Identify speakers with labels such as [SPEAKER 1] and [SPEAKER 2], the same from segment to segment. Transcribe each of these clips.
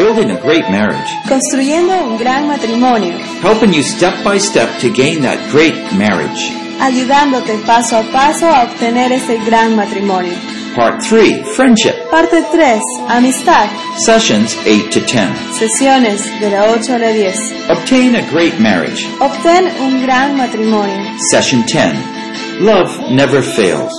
[SPEAKER 1] Building a great marriage.
[SPEAKER 2] Construyendo un gran matrimonio.
[SPEAKER 1] Helping you step by step to gain that great marriage.
[SPEAKER 2] Ayudándote paso a paso a obtener ese gran matrimonio.
[SPEAKER 1] Part 3 Friendship.
[SPEAKER 2] Parte 3. Amistad.
[SPEAKER 1] Sessions 8 to 10.
[SPEAKER 2] Sesiones de la 8 a la 10.
[SPEAKER 1] Obtain a great marriage.
[SPEAKER 2] Obtén un gran matrimonio.
[SPEAKER 1] Session 10 Love never fails.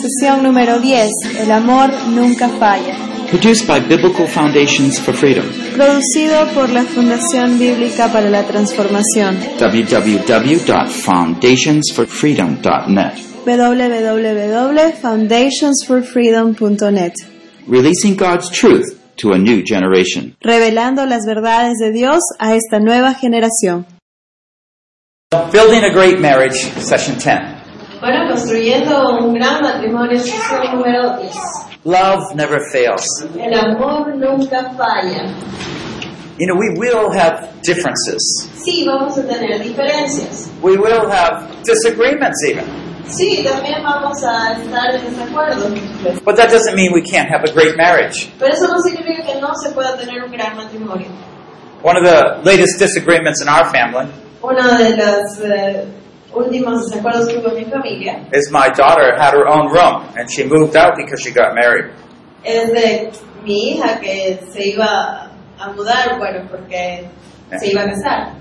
[SPEAKER 2] Sesión número 10. El amor nunca falla.
[SPEAKER 1] Produced by Biblical Foundations for Freedom.
[SPEAKER 2] Producido por la Fundación Bíblica para la Transformación.
[SPEAKER 1] www.foundationsforfreedom.net.
[SPEAKER 2] www.foundationsforfreedom.net.
[SPEAKER 1] Releasing God's truth to a new generation.
[SPEAKER 2] Revelando las verdades de Dios a esta nueva generación.
[SPEAKER 1] Building a great marriage, session 10.
[SPEAKER 3] Bueno, construyendo un gran matrimonio, sesión número 10.
[SPEAKER 1] Love never fails.
[SPEAKER 3] El amor nunca falla.
[SPEAKER 1] You know, we will have differences.
[SPEAKER 3] Sí, vamos a tener diferencias.
[SPEAKER 1] We will have disagreements even.
[SPEAKER 3] Sí, también vamos a estar en desacuerdo.
[SPEAKER 1] But that doesn't mean we can't have a great marriage.
[SPEAKER 3] Pero eso no significa que no se pueda tener un gran matrimonio.
[SPEAKER 1] One of the latest disagreements in our family
[SPEAKER 3] Uno de los eh, últimos desacuerdos que hubo en mi familia
[SPEAKER 1] is my daughter had her own room and she moved out because she got married.
[SPEAKER 3] es de mi hija que se iba a mudar, bueno, porque se iba a casar.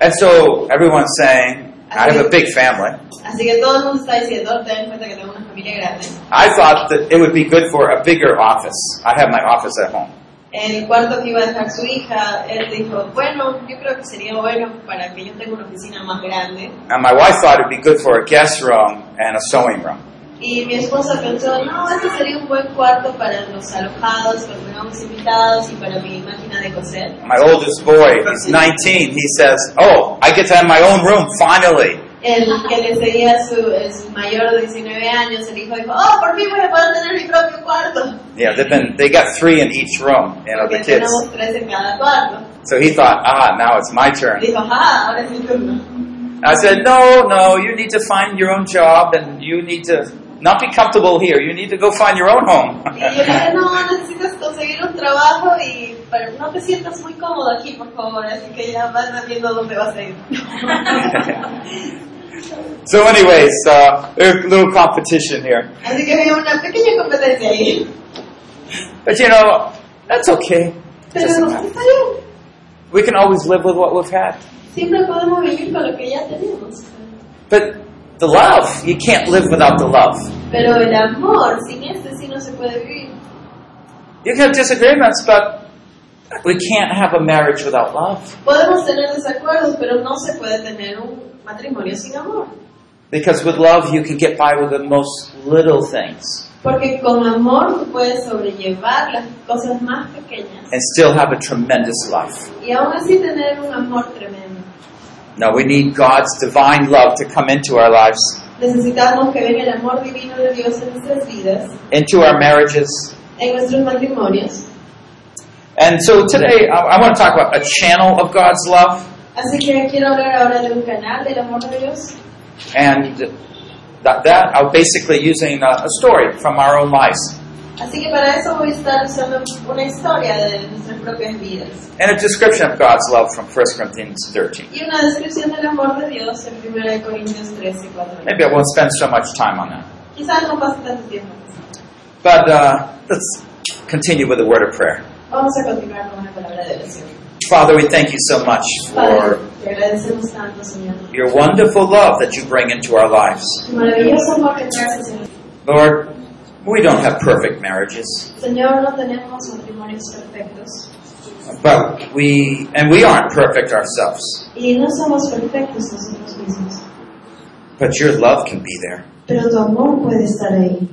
[SPEAKER 1] And so everyone's saying, I have a big family.
[SPEAKER 3] Así que todo el mundo está diciendo, ten en cuenta que tengo una familia grande.
[SPEAKER 1] I thought that it would be good for a bigger office. I have my office at home.
[SPEAKER 3] El cuarto que iba a dejar su hija, él dijo, bueno, yo creo que sería bueno para que yo tenga una oficina más grande.
[SPEAKER 1] And my wife thought it would be good for a guest room and a sewing room.
[SPEAKER 3] Y mi esposa pensó, no, este sería un buen cuarto para los alojados, cuando tengamos invitados y para mi máquina de coser.
[SPEAKER 1] My oldest boy, he's 19, he says, Oh, I get to have my own room, finally.
[SPEAKER 3] El que le seguía a su, el su mayor de 19 años, el hijo dijo, oh, por fin voy a poder tener mi propio cuarto.
[SPEAKER 1] Yeah, they've been, they got three in each room, you know,
[SPEAKER 3] Porque
[SPEAKER 1] the kids.
[SPEAKER 3] tenemos tres en cada cuarto.
[SPEAKER 1] So he thought, ah, now it's my turn.
[SPEAKER 3] Dijo, ah, ahora es mi turno.
[SPEAKER 1] I said, no, no, you need to find your own job and you need to not be comfortable here. You need to go find your own home.
[SPEAKER 3] Y yo le dije, no, necesitas conseguir un trabajo y pero no te sientas muy cómodo aquí, por favor, así que ya vas viendo dónde vas a ir.
[SPEAKER 1] so anyways, uh, there's a little competition here.
[SPEAKER 3] así que había una pequeña competencia ahí.
[SPEAKER 1] But you know, that's okay.
[SPEAKER 3] Pero está bien,
[SPEAKER 1] We can always live with what we've had.
[SPEAKER 3] siempre podemos vivir con lo que ya tenemos.
[SPEAKER 1] But the love, you can't live without the love.
[SPEAKER 3] Pero el amor, sin este sí no se puede vivir.
[SPEAKER 1] You can have disagreements, but we can't have a marriage without love.
[SPEAKER 3] Podemos tener desacuerdos, pero no se puede tener un matrimonio sin amor.
[SPEAKER 1] Because with love, you can get by with the most little things
[SPEAKER 3] Porque con amor tú puedes sobrellevar las cosas más pequeñas
[SPEAKER 1] and still have a tremendous life.
[SPEAKER 3] y aún así tener un amor tremendo.
[SPEAKER 1] No, we need God's divine love to come into our lives,
[SPEAKER 3] Necesitamos que venga el amor divino de Dios en nuestras vidas,
[SPEAKER 1] into our marriages.
[SPEAKER 3] en nuestros matrimonios.
[SPEAKER 1] And so today, I, I want to talk about a channel of God's love.
[SPEAKER 3] Así que quiero hablar ahora de un canal del amor de Dios.
[SPEAKER 1] And that, that I'm basically using a, a story from our own lives.
[SPEAKER 3] Así que para eso voy a estar usando una historia de nuestras propias vidas
[SPEAKER 1] And a description of God's love from 1 Corinthians 13.
[SPEAKER 3] y una descripción del amor de Dios en 1 Corintios 13, 4.
[SPEAKER 1] Maybe I won't spend so much time on that.
[SPEAKER 3] Quizás no pase tanto tiempo.
[SPEAKER 1] But uh, let's continue with a word of prayer.
[SPEAKER 3] Vamos a continuar con una palabra de oración.
[SPEAKER 1] Father, we thank you so much
[SPEAKER 3] Padre,
[SPEAKER 1] for
[SPEAKER 3] te agradecemos tanto, Señor.
[SPEAKER 1] your wonderful love that you bring into our lives.
[SPEAKER 3] Tu maravilloso amor que traes, Señor.
[SPEAKER 1] Lord, we don't have perfect marriages,
[SPEAKER 3] Señor, no tenemos matrimonios perfectos
[SPEAKER 1] but we and we aren't perfect ourselves.
[SPEAKER 3] y no somos perfectos nosotros mismos.
[SPEAKER 1] But your love can be there,
[SPEAKER 3] Pero tu amor puede estar ahí.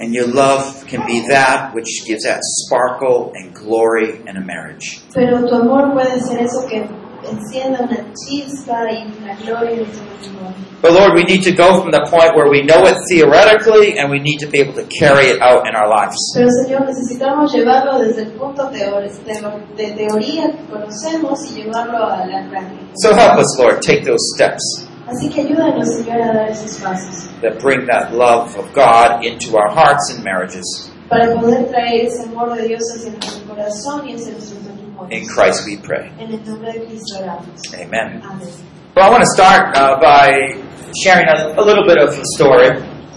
[SPEAKER 1] and your love can be that which gives that sparkle and glory in a marriage.
[SPEAKER 3] Pero tu amor puede ser eso que encienda una chispa y la gloria de tu matrimonio.
[SPEAKER 1] But Lord, we need to go from the point where we know it theoretically, and we need to be able to carry it out in our lives.
[SPEAKER 3] Pero Señor, necesitamos llevarlo desde el punto teor- teo- de teoría que conocemos y llevarlo a la práctica.
[SPEAKER 1] So help us, Lord, take those steps.
[SPEAKER 3] Así que ayúdanos, Señor, a dar esos pasos
[SPEAKER 1] that bring that love of God into our hearts and marriages.
[SPEAKER 3] para poder traer ese amor de Dios hacia nuestro corazón y hacia nuestro matrimonio.
[SPEAKER 1] In
[SPEAKER 3] muertos.
[SPEAKER 1] Christ we pray.
[SPEAKER 3] En el nombre de Cristo oramos.
[SPEAKER 1] Amen.
[SPEAKER 3] Amén.
[SPEAKER 1] Well, I want to start uh, by sharing a, a little bit of a story.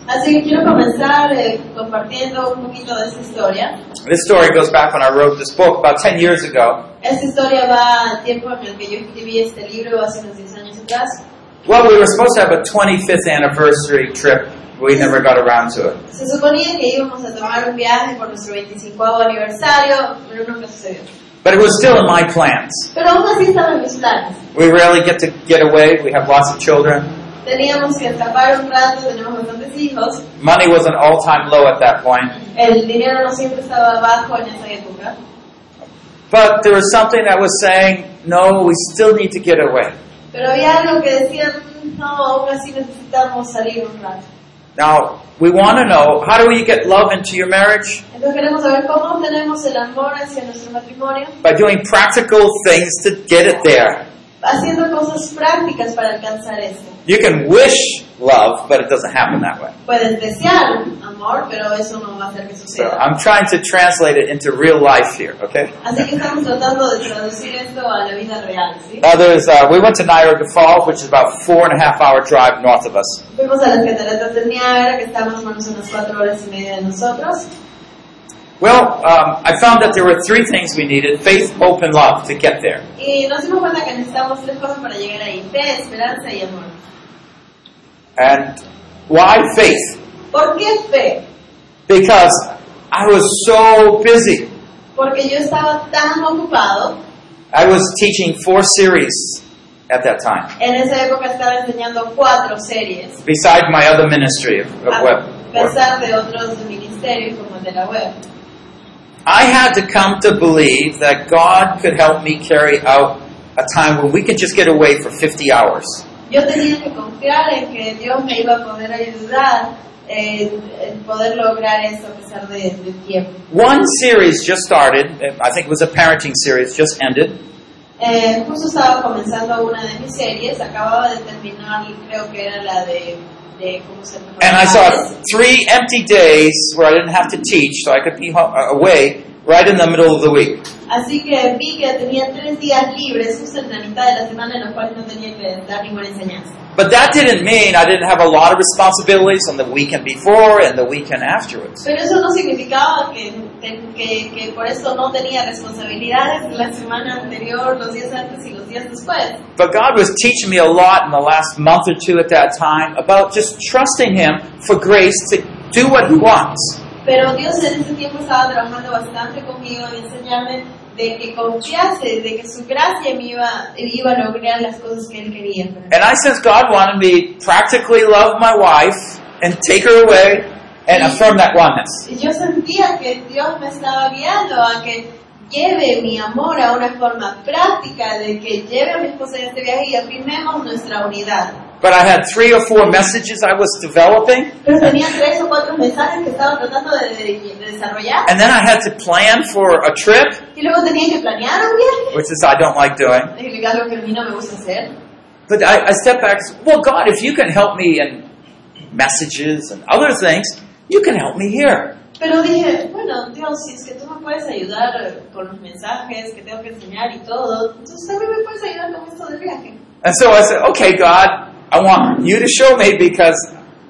[SPEAKER 3] Así que quiero comenzar eh, compartiendo un poquito de esta historia.
[SPEAKER 1] This story goes back when I wrote this book about 10 years ago.
[SPEAKER 3] Esta historia va al tiempo en el que yo escribí este libro hace unos 10 años atrás.
[SPEAKER 1] Well, we were supposed to have a 25th anniversary trip. We never got around to it.
[SPEAKER 3] Se suponía que íbamos a tomar un viaje por nuestro 25 aniversario, pero nunca sucedió.
[SPEAKER 1] But it was still in my plans.
[SPEAKER 3] Pero aún así estaban mis planes.
[SPEAKER 1] We rarely get to get away. We have lots of children.
[SPEAKER 3] Teníamos que escapar un rato, teníamos bastantes hijos,
[SPEAKER 1] Money was an all-time low at that point.
[SPEAKER 3] el dinero no siempre estaba bajo en esa época.
[SPEAKER 1] But there was something that was saying, no, we still need to get away.
[SPEAKER 3] Pero había algo que decían, no, aún así necesitamos salir un rato.
[SPEAKER 1] Now, we want to know, how do we get love into your marriage?
[SPEAKER 3] Entonces queremos saber cómo tenemos el amor hacia nuestro matrimonio,
[SPEAKER 1] By doing practical things to get it there.
[SPEAKER 3] haciendo cosas prácticas para alcanzar esto.
[SPEAKER 1] You can wish love, but it doesn't happen that way.
[SPEAKER 3] Puedes desear amor, pero eso no va a hacer que
[SPEAKER 1] So
[SPEAKER 3] suceda.
[SPEAKER 1] I'm trying to translate it into real life here, okay?
[SPEAKER 3] Así que estamos tratando de traducir esto a la vida real, ¿sí?
[SPEAKER 1] Others, uh, we went to Niagara Falls, which is about four and a half hour drive north of us.
[SPEAKER 3] Fuimos a las cataratas del Niágara, que está más o menos unas cuatro horas y media de nosotros.
[SPEAKER 1] Well, um, I found that there were three things we needed faith, hope, and love to get there.
[SPEAKER 3] Y nos dimos cuenta que necesitamos tres cosas para llegar ahí. Fe, esperanza y amor.
[SPEAKER 1] And why faith?
[SPEAKER 3] ¿Por qué fe?
[SPEAKER 1] Because I was so busy.
[SPEAKER 3] Porque yo estaba tan ocupado.
[SPEAKER 1] I was teaching four series at that time,
[SPEAKER 3] En esa época estaba enseñando cuatro series.
[SPEAKER 1] beside my other ministry of, of
[SPEAKER 3] A
[SPEAKER 1] web. web.
[SPEAKER 3] pesar de otros ministerios como el de la web.
[SPEAKER 1] I had to come to believe that God could help me carry out a time where we could just get away for 50 hours.
[SPEAKER 3] Yo tenía que confiar en que Dios me iba a poder ayudar en, en poder lograr eso a pesar de- del tiempo.
[SPEAKER 1] One series just started. I think it was a parenting series, just ended.
[SPEAKER 3] Eh, justo estaba comenzando una de mis series, acababa de terminar, creo que era la de, de cómo se llama?
[SPEAKER 1] And I saw three empty days where I didn't have to teach, so I could be ho- uh, away right in the middle of the week.
[SPEAKER 3] Así que vi que tenía tres días libres, justo en la mitad de la semana, en los cuales no tenía que dar ninguna enseñanza.
[SPEAKER 1] But that didn't mean I didn't have a lot of responsibilities on the weekend before and the weekend afterwards.
[SPEAKER 3] Pero eso no significaba que, que, que por eso no tenía responsabilidades la semana anterior, los días antes y los días después.
[SPEAKER 1] But God was teaching me a lot in the last month or two at that time about just trusting Him for grace to do what He wants.
[SPEAKER 3] Pero Dios en ese tiempo estaba trabajando bastante conmigo en enseñarme de que confiase, de que su gracia me iba, iba a lograr las cosas que Él quería. para mí.
[SPEAKER 1] And I sense God wanted me to practically love my wife and take her away and affirm that oneness.
[SPEAKER 3] Y Yo sentía que Dios me estaba guiando a que lleve mi amor a una forma práctica, de que lleve a mi esposa en este viaje y afirmemos nuestra unidad.
[SPEAKER 1] But I had three or four messages I was developing,
[SPEAKER 3] Pero tenía tres o cuatro mensajes que estaba tratando de, de- de desarrollar
[SPEAKER 1] and then I had to plan for a trip,
[SPEAKER 3] y luego tenía que planear un viaje.
[SPEAKER 1] which is I don't like doing.
[SPEAKER 3] Es algo que a mí no me gusta hacer.
[SPEAKER 1] But I, I stepped back. and said, Well, God, if you can help me in messages and other things, you can help me here.
[SPEAKER 3] Pero dije, bueno, Dios, si es que tú me puedes ayudar con los mensajes que tengo que enseñar y todo, entonces también me puedes ayudar con esto del viaje.
[SPEAKER 1] And so I said, Okay, God, I want you to show me because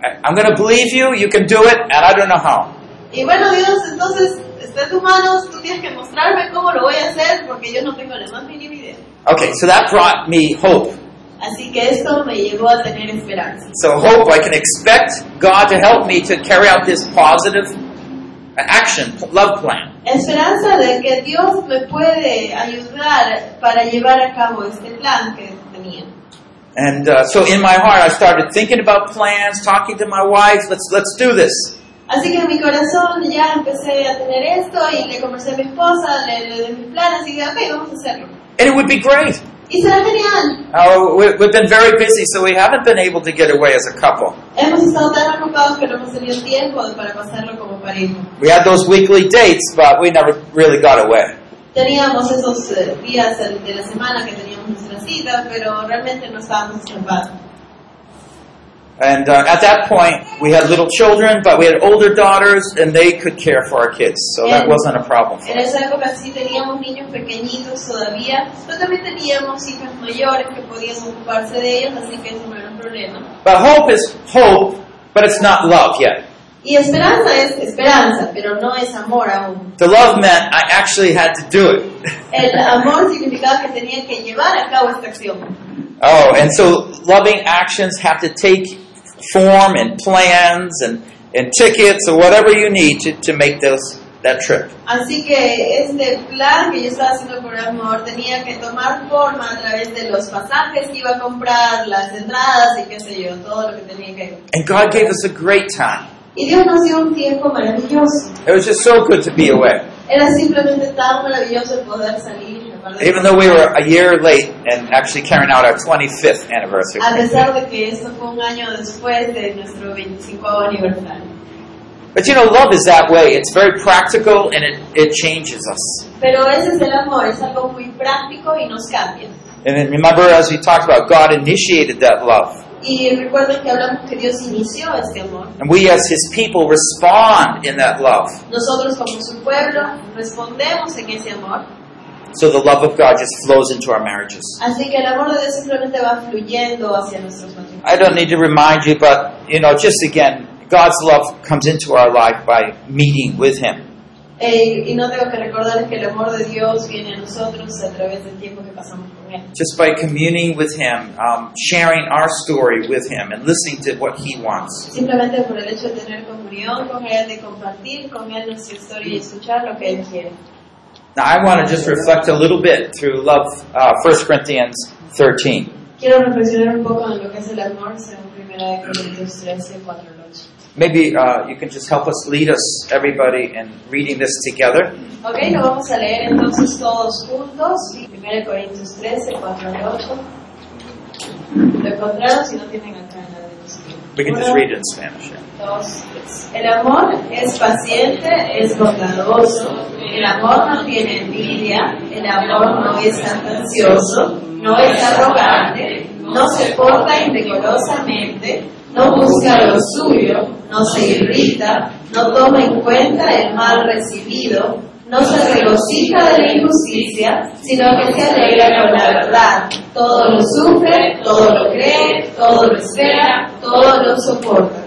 [SPEAKER 1] I, I'm going to believe you. You can do it, and I don't know how.
[SPEAKER 3] Y bueno, Dios, entonces, está en tus manos, tú tienes que mostrarme cómo lo voy a hacer porque yo no tengo la más mínima idea.
[SPEAKER 1] Okay, so that brought me hope.
[SPEAKER 3] Así que esto me llevó a tener esperanza.
[SPEAKER 1] So hope I can expect God to help me to carry out this positive action love plan.
[SPEAKER 3] Esperanza de que Dios me puede ayudar para llevar a cabo este plan que tenía.
[SPEAKER 1] And uh, so in my heart, I started thinking about plans, talking to my wife. Let's let's do this.
[SPEAKER 3] Así que en mi corazón ya empecé a tener esto y le conversé a mi esposa, le, le di mis planes y dije, ok, vamos a hacerlo.
[SPEAKER 1] And it would be great.
[SPEAKER 3] Y será genial.
[SPEAKER 1] Uh, we, we've been very busy, so we haven't been able to get away as a couple.
[SPEAKER 3] Hemos estado tan ocupados que no hemos tenido tiempo para pasarlo como pareja.
[SPEAKER 1] We had those weekly dates, but we never really got away.
[SPEAKER 3] Teníamos esos eh, días de de la semana que teníamos nuestra cita, pero realmente no estábamos escapados.
[SPEAKER 1] And uh, at that point, we had little children, but we had older daughters, and they could care for our kids, so that
[SPEAKER 3] And-
[SPEAKER 1] wasn't a problem for
[SPEAKER 3] En
[SPEAKER 1] us.
[SPEAKER 3] esa época sí teníamos niños pequeñitos todavía, pero también teníamos hijas mayores que podían ocuparse de ellos, así que eso no era un problema.
[SPEAKER 1] But hope is hope, but it's not love yet.
[SPEAKER 3] Y esperanza es esperanza, pero no es amor aún.
[SPEAKER 1] The love meant I actually had to do it.
[SPEAKER 3] El amor significaba que tenía que llevar a cabo esta acción.
[SPEAKER 1] Oh, and so loving actions have to take form and plans and, and tickets or whatever you need to, to make those that trip.
[SPEAKER 3] Así que este plan que yo estaba haciendo por amor tenía que tomar forma a través de los pasajes que iba a comprar, las entradas y qué sé yo, todo lo que tenía que...
[SPEAKER 1] And God gave us a great time.
[SPEAKER 3] Y Dios nos dio un tiempo maravilloso.
[SPEAKER 1] It was just so good to be away.
[SPEAKER 3] Era simplemente tan maravilloso el poder salir. aparte de-
[SPEAKER 1] Even though we were a year late and actually carrying out our 25th anniversary.
[SPEAKER 3] A pesar de que esto fue un año después de nuestro 25 aniversario.
[SPEAKER 1] But you know, love is that way. It's very practical and it, it changes us.
[SPEAKER 3] Pero ese es el amor, es algo muy práctico y nos cambia.
[SPEAKER 1] And then remember, as we talked about, God initiated that love.
[SPEAKER 3] Y recuerden que hablamos que Dios inició este amor.
[SPEAKER 1] And we, as His people, respond in that love.
[SPEAKER 3] Nosotros como su pueblo respondemos en ese amor.
[SPEAKER 1] So the love of God just flows into our marriages.
[SPEAKER 3] Así que el amor de Dios simplemente va fluyendo hacia nuestros matrimonios.
[SPEAKER 1] I don't need to remind you, but you know, just again, God's love comes into our life by meeting with Him.
[SPEAKER 3] Eh, y no tengo que recordarles que el amor de Dios viene a nosotros a través del tiempo que pasamos con Él.
[SPEAKER 1] Just by communing with Him, um, sharing our story with Him, and listening to what He wants.
[SPEAKER 3] Simplemente por el hecho de tener comunión con Él, de compartir con Él nuestra historia y escuchar lo que Él quiere.
[SPEAKER 1] Now, I want to just reflect a little bit through love, uh, 1 Corinthians 13.
[SPEAKER 3] Quiero reflexionar un poco en lo que es el amor según primera de Corintios 13, 4 al 8.
[SPEAKER 1] Maybe uh, you can just help us lead us, everybody, in reading this together.
[SPEAKER 3] Ok, lo vamos a leer entonces todos juntos. Primera de Corintios 13, 4 al 8. Lo encontraron si no tienen acá en la devoción.
[SPEAKER 1] We can just
[SPEAKER 3] Uno,
[SPEAKER 1] read it in Spanish. yeah.
[SPEAKER 3] dos, tres. El amor es paciente, es bondadoso. El amor no tiene envidia. El amor no es ansioso, no es arrogante, no se porta indecorosamente, no busca lo suyo, no se irrita, no toma en cuenta el mal recibido, no se regocija de la injusticia, sino que se alegra con la verdad. Todo lo sufre, todo lo cree, todo lo espera, todo lo soporta.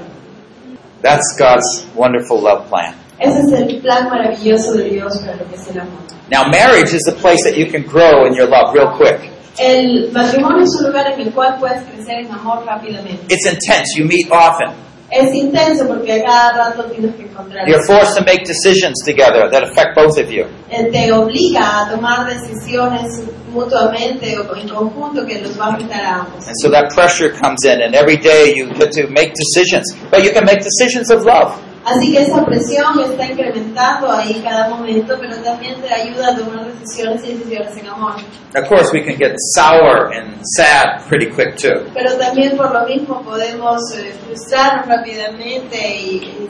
[SPEAKER 1] That's God's wonderful love plan.
[SPEAKER 3] Ese es el plan maravilloso de Dios para lo que es el amor.
[SPEAKER 1] Now, marriage is the place that you can grow in your love real quick.
[SPEAKER 3] El matrimonio es un lugar en el cual puedes crecer en amor rápidamente.
[SPEAKER 1] It's intense. You meet often.
[SPEAKER 3] Es intenso porque a cada rato tienes que encontrar.
[SPEAKER 1] You're forced to make decisions together that affect both of you.
[SPEAKER 3] Eh, Te obliga a tomar decisiones mutuamente o en conjunto que los va a afectar a ambos.
[SPEAKER 1] And so that pressure comes in, and every day you get to make decisions. But you can make decisions of love.
[SPEAKER 3] Así que esa presión está incrementando ahí cada momento, pero también te ayuda a tomar decisiones y decisiones en amor.
[SPEAKER 1] Of course, we can get sour and sad pretty quick, too.
[SPEAKER 3] Pero también por lo mismo podemos eh, frustrarnos rápidamente y, y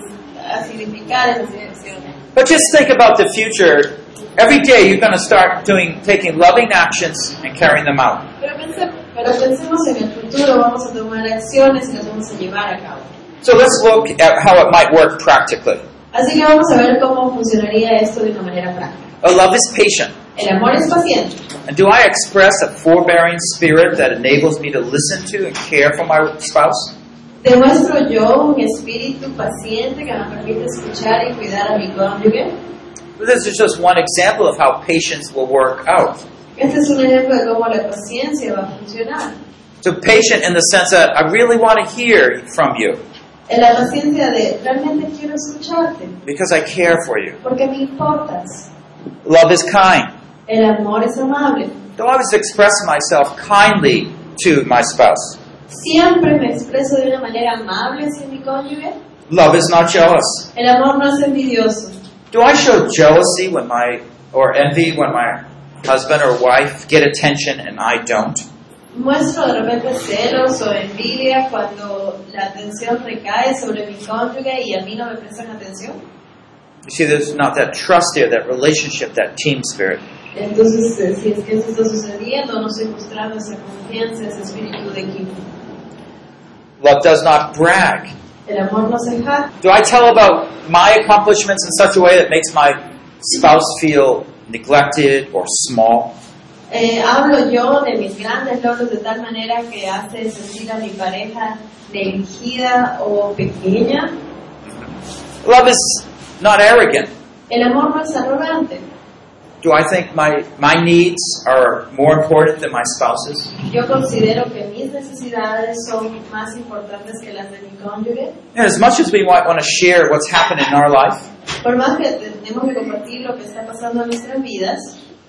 [SPEAKER 3] acidificar esas decisiones.
[SPEAKER 1] But just think about the future. Every day you're going to start doing taking loving actions and carrying them out.
[SPEAKER 3] Pero, pense- pero pensemos en el futuro, vamos a tomar acciones y las vamos a llevar a cabo.
[SPEAKER 1] So let's look at how it might work practically.
[SPEAKER 3] Así que vamos a ver cómo funcionaría esto de una manera práctica.
[SPEAKER 1] A love is patient.
[SPEAKER 3] El amor es paciente.
[SPEAKER 1] And do I express a forbearing spirit that enables me to listen to and care for my spouse?
[SPEAKER 3] Demuestro yo un espíritu paciente que me permite escuchar y cuidar a mi cónyuge.
[SPEAKER 1] This is just one example of how patience will work out.
[SPEAKER 3] Este es un ejemplo de cómo la paciencia va a funcionar.
[SPEAKER 1] So patient in the sense that I really want to hear from you
[SPEAKER 3] En la paciencia de realmente quiero escucharte
[SPEAKER 1] because I care for you.
[SPEAKER 3] porque me importas.
[SPEAKER 1] Love is kind.
[SPEAKER 3] El amor es amable.
[SPEAKER 1] Do I always express myself kindly to my spouse?
[SPEAKER 3] Siempre me expreso de una manera amable hacia mi cónyuge.
[SPEAKER 1] Love is not jealous.
[SPEAKER 3] El amor no es envidioso.
[SPEAKER 1] Do I show jealousy when my or envy when my husband or wife get attention and I don't?
[SPEAKER 3] Muestro de repente celos o envidia cuando la atención recae sobre mi cónyuge y a mí no me prestan atención.
[SPEAKER 1] You see, there's not that trust there, that relationship, that team spirit.
[SPEAKER 3] Entonces, eh, si es que eso está sucediendo, no estoy mostrando esa confianza, ese espíritu de equipo.
[SPEAKER 1] Love does not brag.
[SPEAKER 3] El amor no se jacta.
[SPEAKER 1] Do I tell about my accomplishments in such a way that makes my spouse feel neglected or small?
[SPEAKER 3] Eh, hablo yo de mis grandes logros de tal manera que hace sentir a mi pareja negligida o pequeña.
[SPEAKER 1] Love is not arrogant.
[SPEAKER 3] El amor no es arrogante.
[SPEAKER 1] Do I think my, my needs are more important than my spouse's?
[SPEAKER 3] Yo considero que mis necesidades son más importantes que las de mi cónyuge.
[SPEAKER 1] And as much as we might want to share what's happened in our life,
[SPEAKER 3] Por más que tenemos que compartir lo que está pasando en nuestras vidas,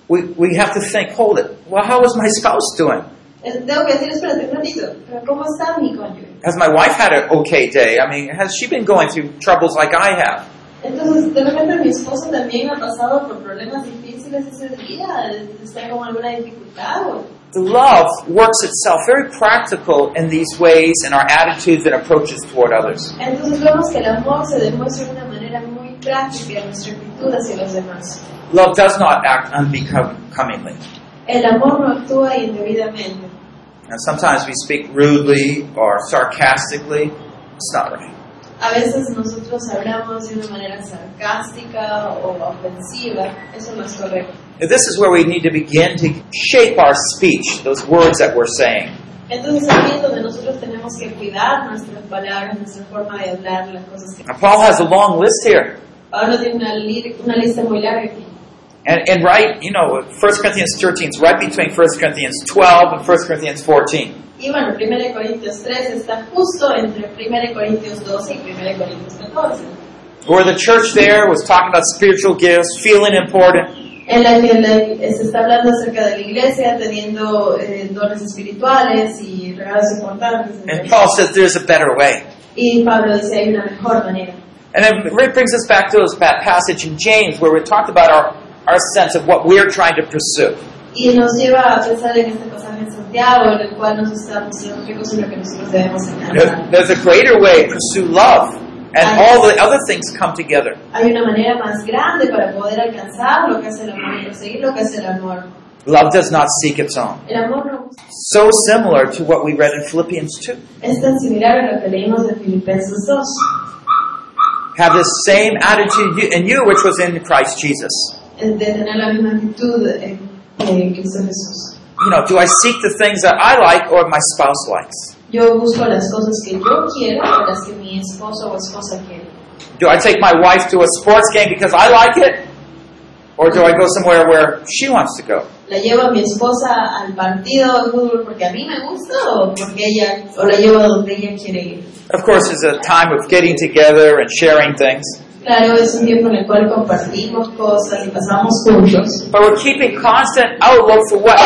[SPEAKER 1] we, we have to think, hold it, well, how is my spouse doing?
[SPEAKER 3] eh, tengo que decir, espérate un ratito, ¿pero ¿cómo está mi cónyuge?
[SPEAKER 1] Has my wife had an okay day? I mean, has she been going through troubles like I have?
[SPEAKER 3] Entonces, de repente mi esposo también ha pasado por problemas difíciles ese día, está con alguna dificultad. o-
[SPEAKER 1] The love works itself very practical in these ways in our attitudes and approaches toward others.
[SPEAKER 3] Entonces vemos que el amor se demuestra de una manera muy práctica en nuestra actitud hacia los demás.
[SPEAKER 1] Love does not act unbecomingly.
[SPEAKER 3] El amor no actúa indebidamente.
[SPEAKER 1] And sometimes we speak rudely or sarcastically. It's not right.
[SPEAKER 3] A veces nosotros hablamos de una manera sarcástica o ofensiva, eso no es correcto.
[SPEAKER 1] And This is where we need to begin to shape our speech, those words that we're saying.
[SPEAKER 3] Entonces aquí es donde nosotros tenemos que cuidar nuestras palabras, nuestra forma de hablar, las cosas que...
[SPEAKER 1] And Paul has a long list here.
[SPEAKER 3] Pablo tiene una, li- una lista muy larga aquí.
[SPEAKER 1] And, and right, you know, 1 Corinthians 13 is right between 1 Corinthians 12 and 1 Corinthians 14.
[SPEAKER 3] Y bueno, 1 Corintios 3 está justo entre 1 Corintios 12 y 1 Corintios 14.
[SPEAKER 1] Where the church there was talking about spiritual gifts, feeling important.
[SPEAKER 3] En la que la- se está hablando acerca de la iglesia teniendo eh, dones espirituales y regalos importantes.
[SPEAKER 1] And Paul says there's a better way.
[SPEAKER 3] Y Pablo dice, hay una mejor manera.
[SPEAKER 1] And it really brings us back to those- that passage in James where we talked about our, our sense of what we're trying to pursue.
[SPEAKER 3] Y nos lleva a pensar en este pasaje en Santiago, en el cual nos está mostrando qué cosa es lo que nosotros debemos
[SPEAKER 1] There's,
[SPEAKER 3] alcanzar.
[SPEAKER 1] there's a greater way, pursue love. And all the other things come together.
[SPEAKER 3] Hay una manera más grande para poder alcanzar lo que es el amor y conseguir lo que es el amor.
[SPEAKER 1] Love does not seek its own.
[SPEAKER 3] El amor no
[SPEAKER 1] So similar to what we read in Philippians 2.
[SPEAKER 3] es tan similar a lo que leímos de Filipenses 2.
[SPEAKER 1] Have this same attitude you- in you which was in Christ Jesus.
[SPEAKER 3] el de tener la misma actitud en, en Cristo Jesús.
[SPEAKER 1] You know, do I seek the things that I like or my spouse likes?
[SPEAKER 3] Yo busco las cosas que yo quiero o las que mi esposo o esposa quiere.
[SPEAKER 1] Do I take my wife to a sports game because I like it? Or do I go somewhere where she wants to go?
[SPEAKER 3] ¿La llevo a mi esposa al partido de fútbol porque a mí me gusta o porque ella, o la llevo a donde ella quiere ir?
[SPEAKER 1] Of course, it's a time of getting together and sharing things.
[SPEAKER 3] Claro, es un tiempo en el cual compartimos cosas y pasamos juntos,
[SPEAKER 1] But we're keeping constant outlook for what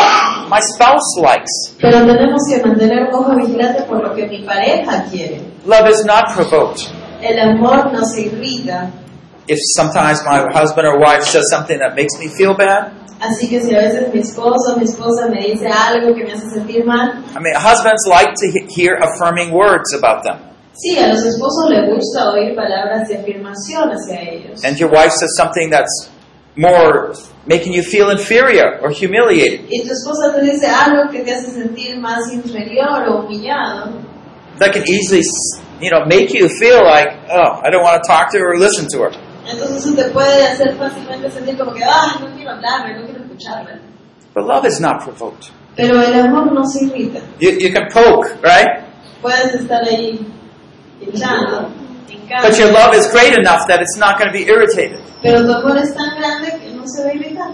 [SPEAKER 1] my spouse likes.
[SPEAKER 3] pero tenemos que mantener un ojo vigilante por lo que mi pareja quiere.
[SPEAKER 1] Love is not provoked.
[SPEAKER 3] El amor no se irrita,
[SPEAKER 1] If sometimes my husband or wife says something that makes me feel bad,
[SPEAKER 3] así que si a veces mi esposo o mi esposa me dice algo que me hace sentir mal,
[SPEAKER 1] I mean, husbands like to he- hear affirming words about them.
[SPEAKER 3] Sí, a los esposos les gusta oír palabras de afirmación hacia ellos.
[SPEAKER 1] And your wife says something that's more making you feel inferior or humiliated.
[SPEAKER 3] Y tu esposa te dice algo que te hace sentir más inferior o humillado.
[SPEAKER 1] That can easily, s- you know, make you feel like, oh, I don't want to talk to her or listen to her.
[SPEAKER 3] Entonces eso te puede hacer fácilmente sentir como que, ay, no quiero hablarle, no quiero escucharla.
[SPEAKER 1] But love is not provoked.
[SPEAKER 3] Pero el amor no se irrita.
[SPEAKER 1] You, you can poke, right?
[SPEAKER 3] Puedes estar ahí hinchando. en cambio,
[SPEAKER 1] But your love is great enough that it's not going to be irritated.
[SPEAKER 3] Pero tu amor es tan grande que no se va a irritar.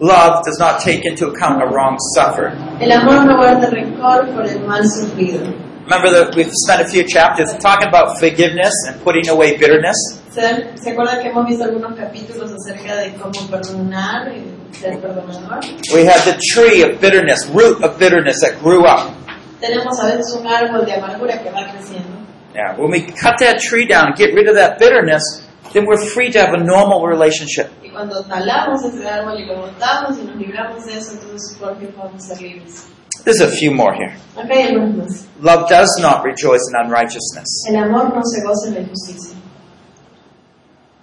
[SPEAKER 1] Love does not take into account a wrong suffered.
[SPEAKER 3] El amor no guarda rencor por el mal sufrido.
[SPEAKER 1] Remember that we've spent a few chapters talking about forgiveness and putting away bitterness.
[SPEAKER 3] ¿Se, dan- ¿Se acuerdan que hemos visto algunos capítulos acerca de cómo perdonar y ser perdonador?
[SPEAKER 1] We have the tree of bitterness, root of bitterness that grew up.
[SPEAKER 3] Tenemos a veces un árbol de amargura que va creciendo.
[SPEAKER 1] Yeah, when we cut that tree down and get rid of that bitterness, then we're free to have a normal relationship.
[SPEAKER 3] Y cuando talamos ese árbol y lo botamos y nos libramos de eso, entonces por fin podemos ser libres.
[SPEAKER 1] There's a few more here.
[SPEAKER 3] Acá hay algunos más.
[SPEAKER 1] Love does not rejoice in unrighteousness.
[SPEAKER 3] El amor no se goza en la injusticia.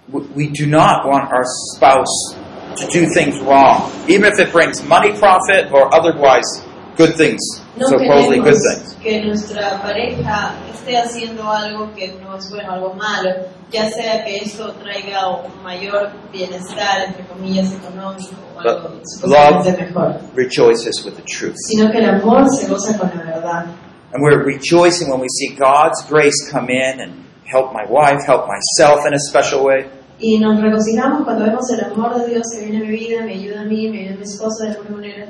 [SPEAKER 1] We we do not want our spouse to do things wrong, even if it brings money profit or otherwise good things.
[SPEAKER 3] No
[SPEAKER 1] supposedly good
[SPEAKER 3] queremos
[SPEAKER 1] things.
[SPEAKER 3] que nuestra pareja esté haciendo algo que no es bueno, algo malo, ya sea que esto traiga un mayor bienestar, entre comillas, económico o algo
[SPEAKER 1] But
[SPEAKER 3] supuestamente mejor,
[SPEAKER 1] Rejoices with the truth.
[SPEAKER 3] sino que el amor se goza con la verdad.
[SPEAKER 1] And we're rejoicing when we see God's grace come in and help my wife, help myself in a special way.
[SPEAKER 3] Y nos regocijamos cuando vemos el amor de Dios que viene a mi vida, me ayuda a mí, me ayuda a mi esposa de alguna manera.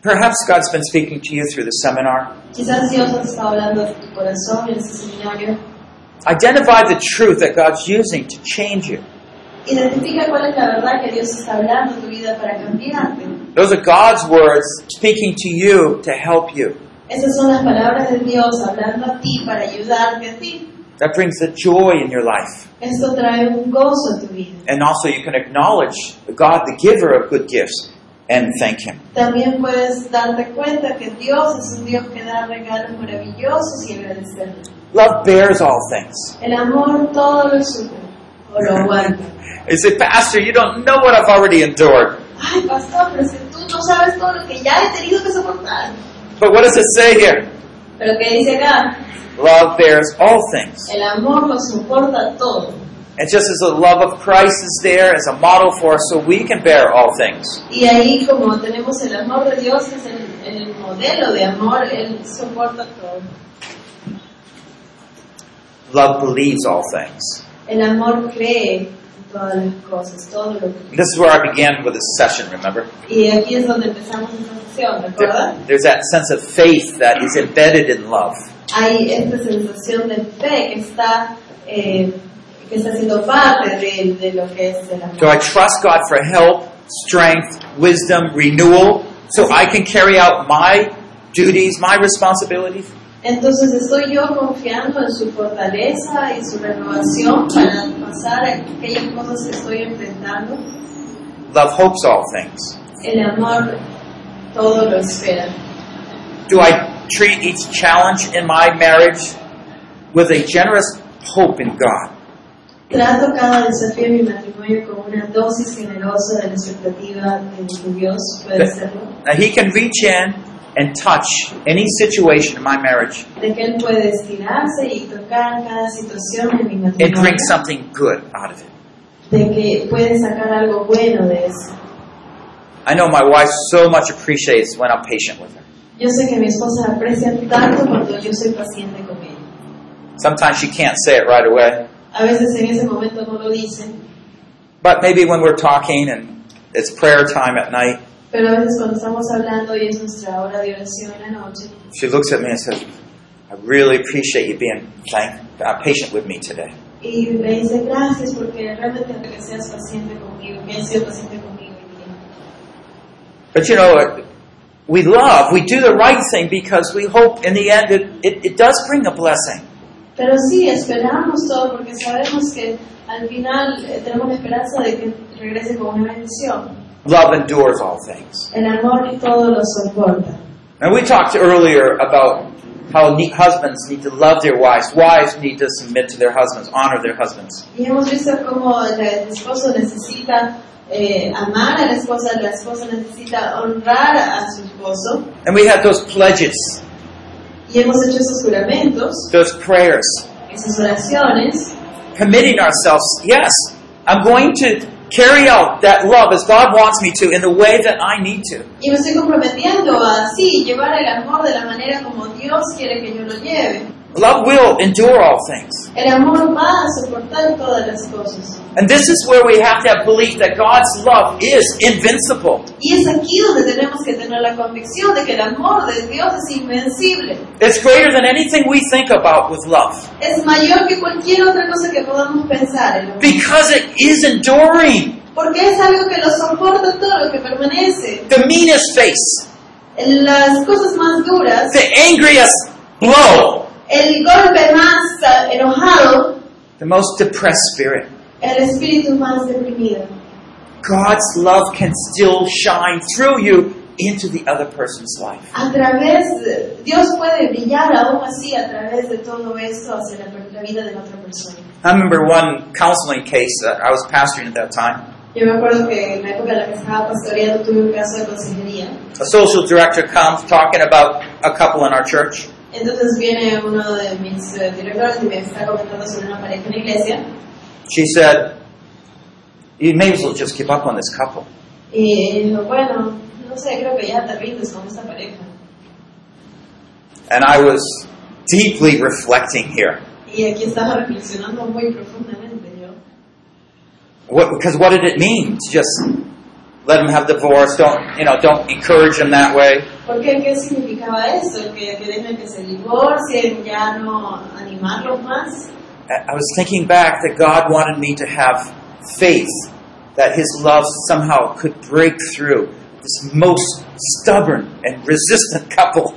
[SPEAKER 1] Perhaps God's been speaking to you through the seminar.
[SPEAKER 3] Quizás Dios nos está hablando de tu corazón en este seminario.
[SPEAKER 1] Identify the truth that God's using to change you.
[SPEAKER 3] Identifica cuál es la verdad que Dios está hablando en tu vida para cambiarte.
[SPEAKER 1] Those are God's words speaking to you to help you.
[SPEAKER 3] Esas son las palabras de Dios hablando a ti para ayudarte a ti.
[SPEAKER 1] That brings the joy in your life.
[SPEAKER 3] Esto trae un gozo a tu vida.
[SPEAKER 1] And also, you can acknowledge God, the giver of good gifts, and thank Him.
[SPEAKER 3] También puedes darte cuenta que Dios es un Dios que da regalos maravillosos y agradecerle.
[SPEAKER 1] Love bears all things.
[SPEAKER 3] El amor todo lo sube o lo aguanta.
[SPEAKER 1] You say, Pastor, you don't know what I've already endured.
[SPEAKER 3] Ay, pastor, pero si tú no sabes todo lo que ya he tenido que soportar.
[SPEAKER 1] But what does it say here?
[SPEAKER 3] Pero que dice acá,
[SPEAKER 1] Love bears all things.
[SPEAKER 3] el amor lo soporta todo.
[SPEAKER 1] And just as the love of Christ is there as a model for us, so we can bear all things.
[SPEAKER 3] Y ahí como tenemos el amor de Dios, que es el, el modelo de amor, Él soporta todo.
[SPEAKER 1] Love believes all things.
[SPEAKER 3] El amor cree en todas las cosas, todo lo que...
[SPEAKER 1] This is where I began with this session, remember?
[SPEAKER 3] Y aquí es donde empezamos esta sesión, ¿de acuerdo?
[SPEAKER 1] There- There's that sense of faith that is embedded in love.
[SPEAKER 3] Hay esta sensación de fe que está, eh, que está siendo parte de, de lo que es el amor.
[SPEAKER 1] So I trust God for help, strength, wisdom, renewal, so I can carry out my duties, my responsibilities.
[SPEAKER 3] Entonces estoy yo confiando en su fortaleza y su renovación para pasar aquellas cosas que estoy enfrentando.
[SPEAKER 1] Love hopes all things.
[SPEAKER 3] El amor todo lo espera.
[SPEAKER 1] Do I treat each challenge in my marriage with a generous hope in God?
[SPEAKER 3] Trato cada desafío de mi matrimonio con una dosis generosa de la expectativa de que Dios puede hacerlo,
[SPEAKER 1] Now he can reach in and touch any situation in my marriage
[SPEAKER 3] de que Él puede estirarse y tocar cada situación en mi
[SPEAKER 1] and
[SPEAKER 3] matrimonio,
[SPEAKER 1] bring something good out of it.
[SPEAKER 3] de que puede sacar algo bueno de eso.
[SPEAKER 1] I know my wife so much appreciates when I'm patient with her.
[SPEAKER 3] Yo sé que mi esposa aprecia tanto cuando yo soy paciente con ella.
[SPEAKER 1] Sometimes she can't say it right away,
[SPEAKER 3] A veces en ese momento no lo dicen,
[SPEAKER 1] but maybe when we're talking and it's prayer time at night,
[SPEAKER 3] pero a veces cuando estamos hablando y es nuestra hora de oración en la noche,
[SPEAKER 1] she looks at me and says, I really appreciate you being thank- uh, patient with me today.
[SPEAKER 3] y me dice gracias porque realmente que seas paciente conmigo, que hayas sido paciente conmigo. hoy día".
[SPEAKER 1] But you know, we love, we do the right thing because we hope in the end it, it, it does bring a blessing.
[SPEAKER 3] Pero sí, esperamos todo porque sabemos que al final eh, tenemos la esperanza de que regrese con una bendición.
[SPEAKER 1] Love endures all things.
[SPEAKER 3] El amor todo lo soporta.
[SPEAKER 1] And we talked earlier about how ne- husbands need to love their wives, wives need to submit to their husbands, honor their husbands.
[SPEAKER 3] Y hemos visto cómo el esposo necesita eh, amar a la esposa, la esposa necesita honrar a su esposo.
[SPEAKER 1] And we had those pledges,
[SPEAKER 3] Y hemos hecho esos juramentos,
[SPEAKER 1] those prayers,
[SPEAKER 3] esas oraciones,
[SPEAKER 1] committing ourselves. Yes, I'm going to carry out that love as God wants me to in the way that I need to.
[SPEAKER 3] y me estoy comprometiendo a sí, llevar el amor de la manera como Dios quiere que yo lo lleve.
[SPEAKER 1] Love will endure all things.
[SPEAKER 3] El amor va a soportar todas las cosas.
[SPEAKER 1] And this is where we have to have belief that God's love is invincible.
[SPEAKER 3] Y es aquí donde tenemos que tener la convicción de que el amor de Dios es invencible.
[SPEAKER 1] It's greater than anything we think about with love
[SPEAKER 3] Es mayor que cualquier otra cosa que podamos pensar. el amor.
[SPEAKER 1] because it is enduring.
[SPEAKER 3] Porque es algo que lo soporta todo lo que permanece.
[SPEAKER 1] the meanest face,
[SPEAKER 3] En Las cosas más duras,
[SPEAKER 1] the angriest blow,
[SPEAKER 3] el golpe más ah, enojado,
[SPEAKER 1] the most depressed spirit.
[SPEAKER 3] el espíritu más deprimido.
[SPEAKER 1] God's love can still shine through you into the other person's life.
[SPEAKER 3] A través, de- Dios puede brillar aún así a través de todo esto hacia la, per- la vida de la otra persona.
[SPEAKER 1] I remember one counseling case that I was pastoring at that time.
[SPEAKER 3] Yo me acuerdo que en la época en la que estaba pastoreando tuve un caso de consejería.
[SPEAKER 1] A social director comes talking about a couple in our church,
[SPEAKER 3] Entonces viene uno de mis eh, directores y me está comentando sobre una pareja en la iglesia
[SPEAKER 1] she said, You may as well just give up on this couple.
[SPEAKER 3] y dijo, bueno, no sé, creo que ya te rindes con esta pareja.
[SPEAKER 1] And I was deeply reflecting here.
[SPEAKER 3] Y aquí estaba reflexionando muy profundamente yo.
[SPEAKER 1] What, because what did it mean to just let them have divorce? Don't you know? Don't encourage them that way.
[SPEAKER 3] ¿Por qué? ¿Qué significaba eso? ¿Que, que dejen que se divorcien, ya no animarlos más?
[SPEAKER 1] I I was thinking back that God wanted me to have faith that His love somehow could break through this most stubborn and resistant couple.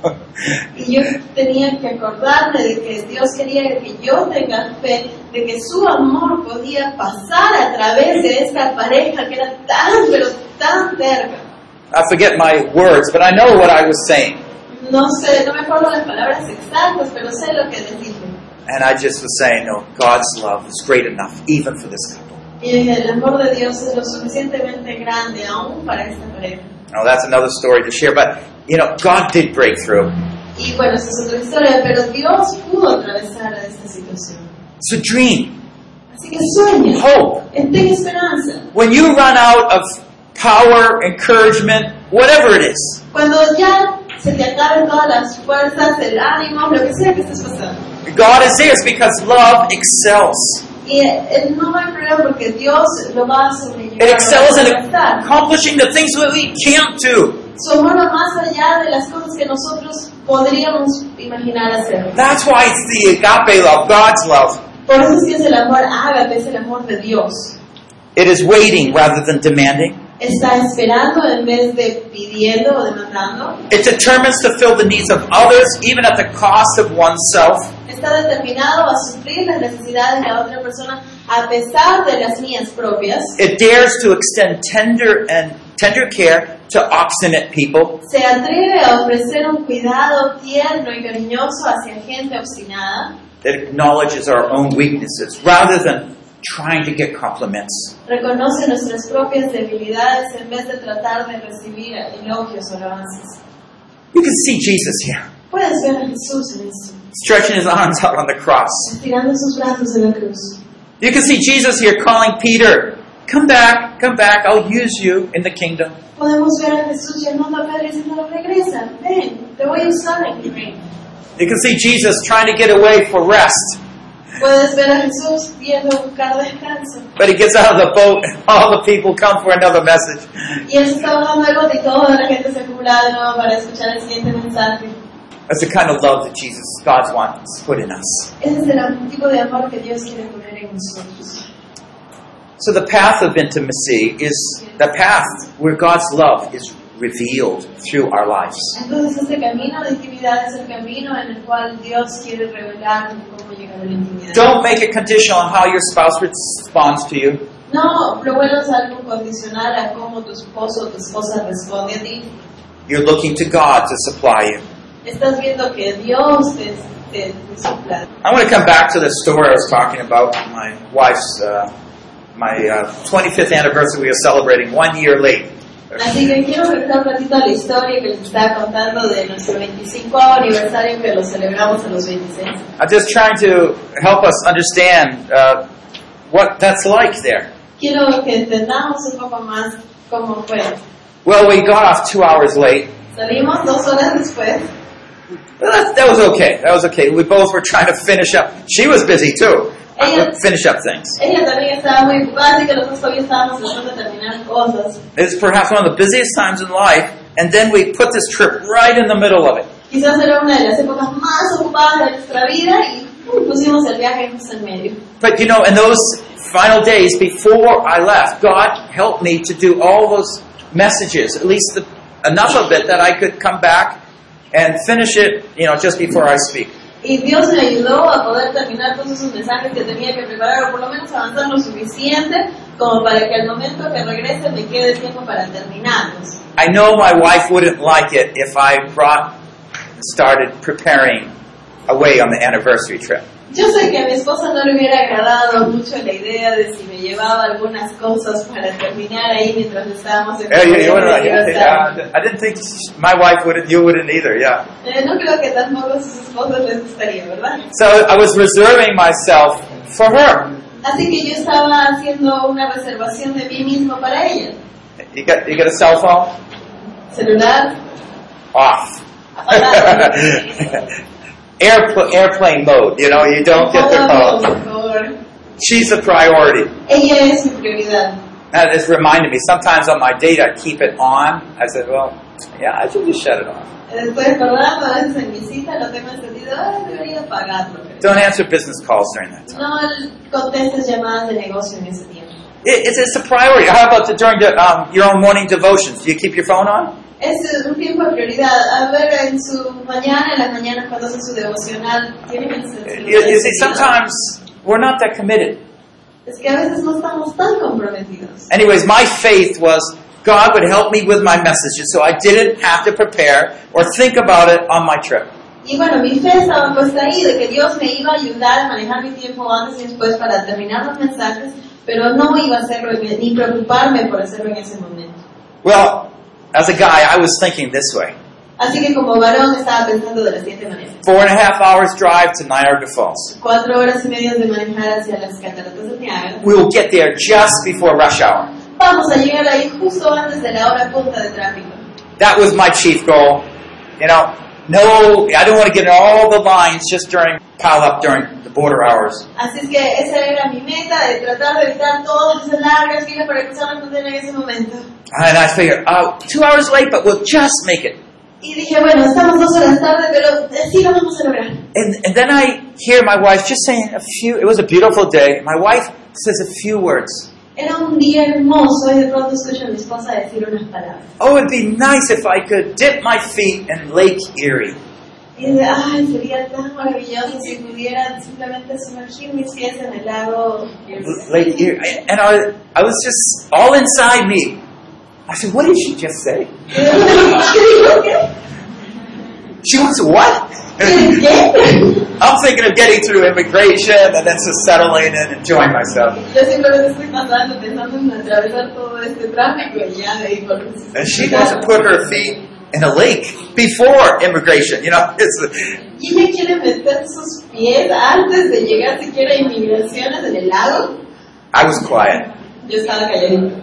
[SPEAKER 3] Y yo tenía que acordarme de que Dios quería que yo tenga fe, de que su amor podía pasar a través de esta pareja que era tan, pero tan terca.
[SPEAKER 1] I forget my words, but I know what I was saying.
[SPEAKER 3] No sé, no me acuerdo las palabras exactas, pero sé lo que les dije.
[SPEAKER 1] And I just was saying, no, God's love is great enough, even for this couple.
[SPEAKER 3] Y dije, el amor de Dios es lo suficientemente grande aún para esta pareja.
[SPEAKER 1] Now, that's another story to share, but you know, God did break through.
[SPEAKER 3] Y bueno, esa es otra historia, pero Dios pudo atravesar a esta situación.
[SPEAKER 1] It's a dream,
[SPEAKER 3] Así que sueña,
[SPEAKER 1] hope.
[SPEAKER 3] ten esperanza.
[SPEAKER 1] When you run out of power, encouragement, whatever it is,
[SPEAKER 3] Cuando ya se te acaben todas las fuerzas, el ánimo, lo que sea que estés pasando.
[SPEAKER 1] God is there. It's because love excels.
[SPEAKER 3] Y eh, no hay problema porque Dios lo va a sobrellevar.
[SPEAKER 1] It
[SPEAKER 3] lo va a
[SPEAKER 1] excels in
[SPEAKER 3] atravesar.
[SPEAKER 1] accomplishing the things that we can't do.
[SPEAKER 3] Su amor va más allá de las cosas que nosotros podríamos imaginar hacer.
[SPEAKER 1] That's why it's the agape love, God's love.
[SPEAKER 3] Por eso es que es el amor ágape, es el amor de Dios.
[SPEAKER 1] It is waiting rather than demanding.
[SPEAKER 3] Está esperando en vez de pidiendo o demandando.
[SPEAKER 1] It determines to fill the needs of others, even at the cost of oneself.
[SPEAKER 3] está determinado a suplir las necesidades de la otra persona a pesar de las mías propias,
[SPEAKER 1] It dares to extend tender and tender care to obstinate people.
[SPEAKER 3] se atreve a ofrecer un cuidado tierno y cariñoso hacia gente obstinada,
[SPEAKER 1] It acknowledges our own weaknesses rather than trying to get compliments.
[SPEAKER 3] reconoce nuestras propias debilidades en vez de tratar de recibir elogios o alabanzas.
[SPEAKER 1] You can see Jesus here,
[SPEAKER 3] Puedes ver a Jesús en esto,
[SPEAKER 1] stretching his arms out on the cross.
[SPEAKER 3] estirando sus brazos en la cruz.
[SPEAKER 1] You can see Jesus here calling Peter, Come back, come back, I'll use you in the kingdom.
[SPEAKER 3] Podemos ver a Jesús llamando a Pedro y diciendo, regresa, ven, te voy a usar en mi reino.
[SPEAKER 1] You can see Jesus trying to get away for rest,
[SPEAKER 3] Puedes ver a Jesús viendo buscar descanso.
[SPEAKER 1] but he gets out of the boat and all the people come for another message.
[SPEAKER 3] Y él se estaba dando algo y toda la gente se acumulaba de nuevo para escuchar el siguiente mensaje.
[SPEAKER 1] That's the kind of love that Jesus, God wants to put in us.
[SPEAKER 3] Ese es el am- tipo de amor que Dios quiere poner en nosotros.
[SPEAKER 1] So the path of intimacy is the path where God's love is revealed through our lives.
[SPEAKER 3] Entonces este camino de intimidad es el camino en el cual Dios quiere revelar cómo llegar a la intimidad.
[SPEAKER 1] Don't make it conditional on how your spouse responds to you.
[SPEAKER 3] No lo vuelvas algo condicional a cómo tu esposo o tu esposa responde a ti.
[SPEAKER 1] You're looking to God to supply you.
[SPEAKER 3] Estás viendo que Dios te, te, te sopla.
[SPEAKER 1] I want to come back to the story I was talking about. My wife's, uh, my uh, 25th anniversary, we are celebrating one year late.
[SPEAKER 3] Así que quiero regresar un ratito a la historia que les estaba contando de nuestro 25 aniversario que lo celebramos a los 26.
[SPEAKER 1] I'm just trying to help us understand uh, what that's like there.
[SPEAKER 3] Quiero que entendamos un poco más cómo fue.
[SPEAKER 1] Well, we got off two hours late.
[SPEAKER 3] Salimos dos horas después.
[SPEAKER 1] Well, That, that was okay. That was okay. We both were trying to finish up. She was busy too.
[SPEAKER 3] Yeah.
[SPEAKER 1] Finish up things.
[SPEAKER 3] Ella también estaba muy ocupada, así que nosotros todavía estábamos tratando de terminar cosas.
[SPEAKER 1] It's perhaps one of the busiest times in life, and then we put this trip right in the middle of it.
[SPEAKER 3] Quizás era una de las épocas más ocupadas de nuestra vida y uh, pusimos el viaje justo en medio.
[SPEAKER 1] But you know, in those final days before I left, God helped me to do all those messages, at least the, enough of it that I could come back and finish it, you know, just before I speak.
[SPEAKER 3] Y Dios me ayudó a poder terminar todos esos mensajes que tenía que preparar, o por lo menos avanzar lo suficiente como para que al momento que regrese me quede tiempo para terminarlos.
[SPEAKER 1] I know my wife wouldn't like it if I brought started preparing away on the anniversary trip.
[SPEAKER 3] Yo sé que a mi esposa no le hubiera agradado mucho la idea de si me llevaba algunas cosas para terminar ahí mientras estábamos en
[SPEAKER 1] Yeah, yeah, you wouldn't. I didn't think,
[SPEAKER 3] casa.
[SPEAKER 1] uh, I didn't think my wife wouldn't. You wouldn't either. Yeah.
[SPEAKER 3] Eh, No creo que tampoco a sus esposas les gustaría, ¿verdad?
[SPEAKER 1] So I was reserving myself for her.
[SPEAKER 3] Así que yo estaba haciendo una reservación de mí mismo para ella.
[SPEAKER 1] You got you got a cell phone
[SPEAKER 3] Celular,
[SPEAKER 1] off.
[SPEAKER 3] apagado.
[SPEAKER 1] Airpl- airplane mode. You know, you don't get the call.
[SPEAKER 3] Todo mejor.
[SPEAKER 1] She's a priority.
[SPEAKER 3] Ella es mi prioridad.
[SPEAKER 1] That has reminded me. Sometimes on my date, I keep it on. I said, well, yeah, I should just shut it off.
[SPEAKER 3] Después, ¿verdad? A veces en mi cita lo tengo encendido, ay, debería apagarlo. pero-
[SPEAKER 1] Don't answer business calls during that time.
[SPEAKER 3] No contestes llamadas de negocio en ese tiempo.
[SPEAKER 1] It, it's, it's a priority. How about the, during the, um, your own morning devotions? Do you keep your phone on?
[SPEAKER 3] Es un tiempo de prioridad. A ver, en su mañana, en las mañanas cuando hace su devocional, tiene que ser-
[SPEAKER 1] Eh, You, you see, sometimes we're not that committed.
[SPEAKER 3] Es que a veces no estamos tan comprometidos.
[SPEAKER 1] Anyways, my faith was God would help me with my messages, so I didn't have to prepare or think about it on my trip.
[SPEAKER 3] Y bueno, mi fe estaba puesta ahí de que Dios me iba a ayudar a manejar mi tiempo antes y después para terminar los mensajes, pero no iba a hacerlo en- ni preocuparme por hacerlo en ese momento.
[SPEAKER 1] Well, as a guy, I was thinking this way.
[SPEAKER 3] Así que como varón estaba pensando de la siguiente manera.
[SPEAKER 1] Four and a half hours drive to Niagara Falls.
[SPEAKER 3] Cuatro horas y media de manejar hacia las cataratas de Niágara.
[SPEAKER 1] We will get there just before rush hour.
[SPEAKER 3] Vamos a llegar ahí justo antes de la hora punta de tráfico.
[SPEAKER 1] That was my chief goal. You know, no, I don't want to get in all the lines just during pile up during the border hours.
[SPEAKER 3] Así es que esa era mi meta, de tratar de evitar todas esas largas filas para cruzar la frontera en ese momento.
[SPEAKER 1] And I figured, oh, two hours late, but we'll just make it.
[SPEAKER 3] Y dije, bueno, estamos dos horas tarde, pero eh, sí lo vamos a lograr.
[SPEAKER 1] And, and then I hear my wife just saying a few, it was a beautiful day. My wife says a few words.
[SPEAKER 3] Era un día hermoso y de pronto escucho a mi esposa decir unas palabras.
[SPEAKER 1] Oh, it'd be nice if I could dip my feet in Lake Erie.
[SPEAKER 3] Y dice, ay, sería tan maravilloso si pudiera simplemente sumergir mis pies en el lago.
[SPEAKER 1] Lake Erie. And I, I was just all inside me. I said, what did she just say?
[SPEAKER 3] ¿Qué dijo? ¿Qué?
[SPEAKER 1] She wants what?
[SPEAKER 3] ¿Qué? ¿Qué?
[SPEAKER 1] I'm thinking of getting through immigration and then just settling and enjoying myself.
[SPEAKER 3] Yo simplemente estoy pasando, pensando en atravesar todo este tráfico y ya de ahí por
[SPEAKER 1] And she wants to put her feet in a lake before immigration. You know, it's
[SPEAKER 3] Y ella quiere meter sus pies antes de llegar siquiera a inmigraciones en el lago.
[SPEAKER 1] I was quiet,
[SPEAKER 3] Yo estaba calladito.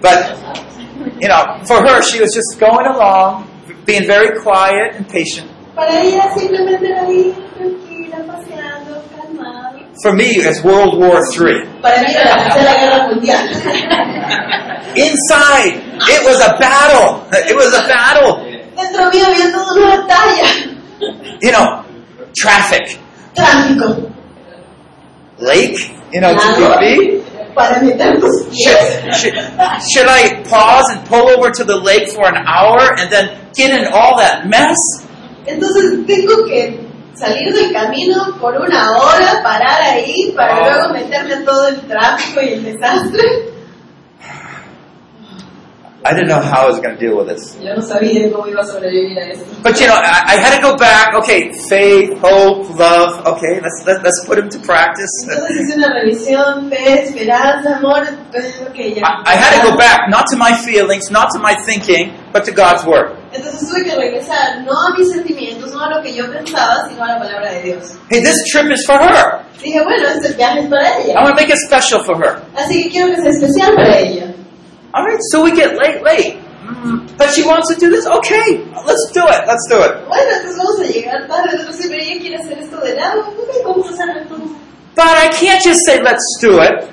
[SPEAKER 1] but you know, for her, she was just going along, being very quiet and patient.
[SPEAKER 3] Para ella simplemente era ahí, tranquila, paseando, calmado.
[SPEAKER 1] For me, it's World War III.
[SPEAKER 3] Para mí era la tercera guerra mundial.
[SPEAKER 1] Inside, it was a battle. It was a battle.
[SPEAKER 3] Dentro mío había toda una batalla.
[SPEAKER 1] You know, traffic,
[SPEAKER 3] Trágico.
[SPEAKER 1] lake. You know, to be.
[SPEAKER 3] Para meter tus pies.
[SPEAKER 1] Should, should, should I pause and pull over to the lake for an hour and then get in all that mess?
[SPEAKER 3] Entonces tengo que salir del camino por una hora, parar ahí, para
[SPEAKER 1] Ah.
[SPEAKER 3] luego meterme a todo el tráfico y el desastre.
[SPEAKER 1] I didn't know how I was going to deal with this.
[SPEAKER 3] Yo no sabía cómo iba a sobrevivir a esto.
[SPEAKER 1] But you know, I, I had to go back. Okay, faith, hope, love. Okay, let's let, let's put them to practice.
[SPEAKER 3] Entonces hice una revisión, fe, esperanza, amor. pues, ok, ya.
[SPEAKER 1] I, I had to go back, not to my feelings, not to my thinking, but to God's word.
[SPEAKER 3] Entonces tuve que regresar, no a mis sentimientos, no a lo que yo pensaba, sino a la palabra de Dios.
[SPEAKER 1] Hey, this trip is for her.
[SPEAKER 3] Dije, bueno, este viaje es para
[SPEAKER 1] I
[SPEAKER 3] ella.
[SPEAKER 1] want to make it special for her.
[SPEAKER 3] Así que quiero que sea especial para ella.
[SPEAKER 1] All right, so we get late, late. Mm, But she wants to do this. Okay, let's do it. Let's do it.
[SPEAKER 3] Bueno, entonces vamos a llegar tarde, entonces pero ella quiere hacer esto de lado, ok, vamos a hacerlo entonces.
[SPEAKER 1] But I can't just say let's do it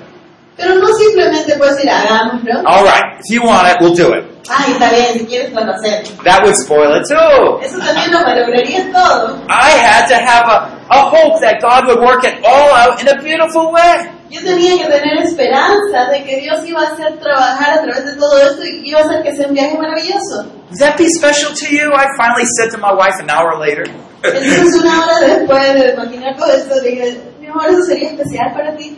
[SPEAKER 3] Pero no simplemente puedes ir, hagámoslo.
[SPEAKER 1] All right, if you want it, we'll do it.
[SPEAKER 3] Ay, "Ah, está bien, si quieres lo hacemos.
[SPEAKER 1] That would spoil it too.
[SPEAKER 3] Eso también lo malograría todo.
[SPEAKER 1] I had to have a, a hope that God would work it all out in a beautiful way.
[SPEAKER 3] Yo tenía que tener esperanza de que Dios iba a hacer trabajar a través de todo esto y iba a hacer que sea un viaje maravilloso.
[SPEAKER 1] Would that be special to you? I finally said to my wife an hour later.
[SPEAKER 3] Entonces una hora después de imaginar todo esto, dije, mi amor, eso sería especial para ti.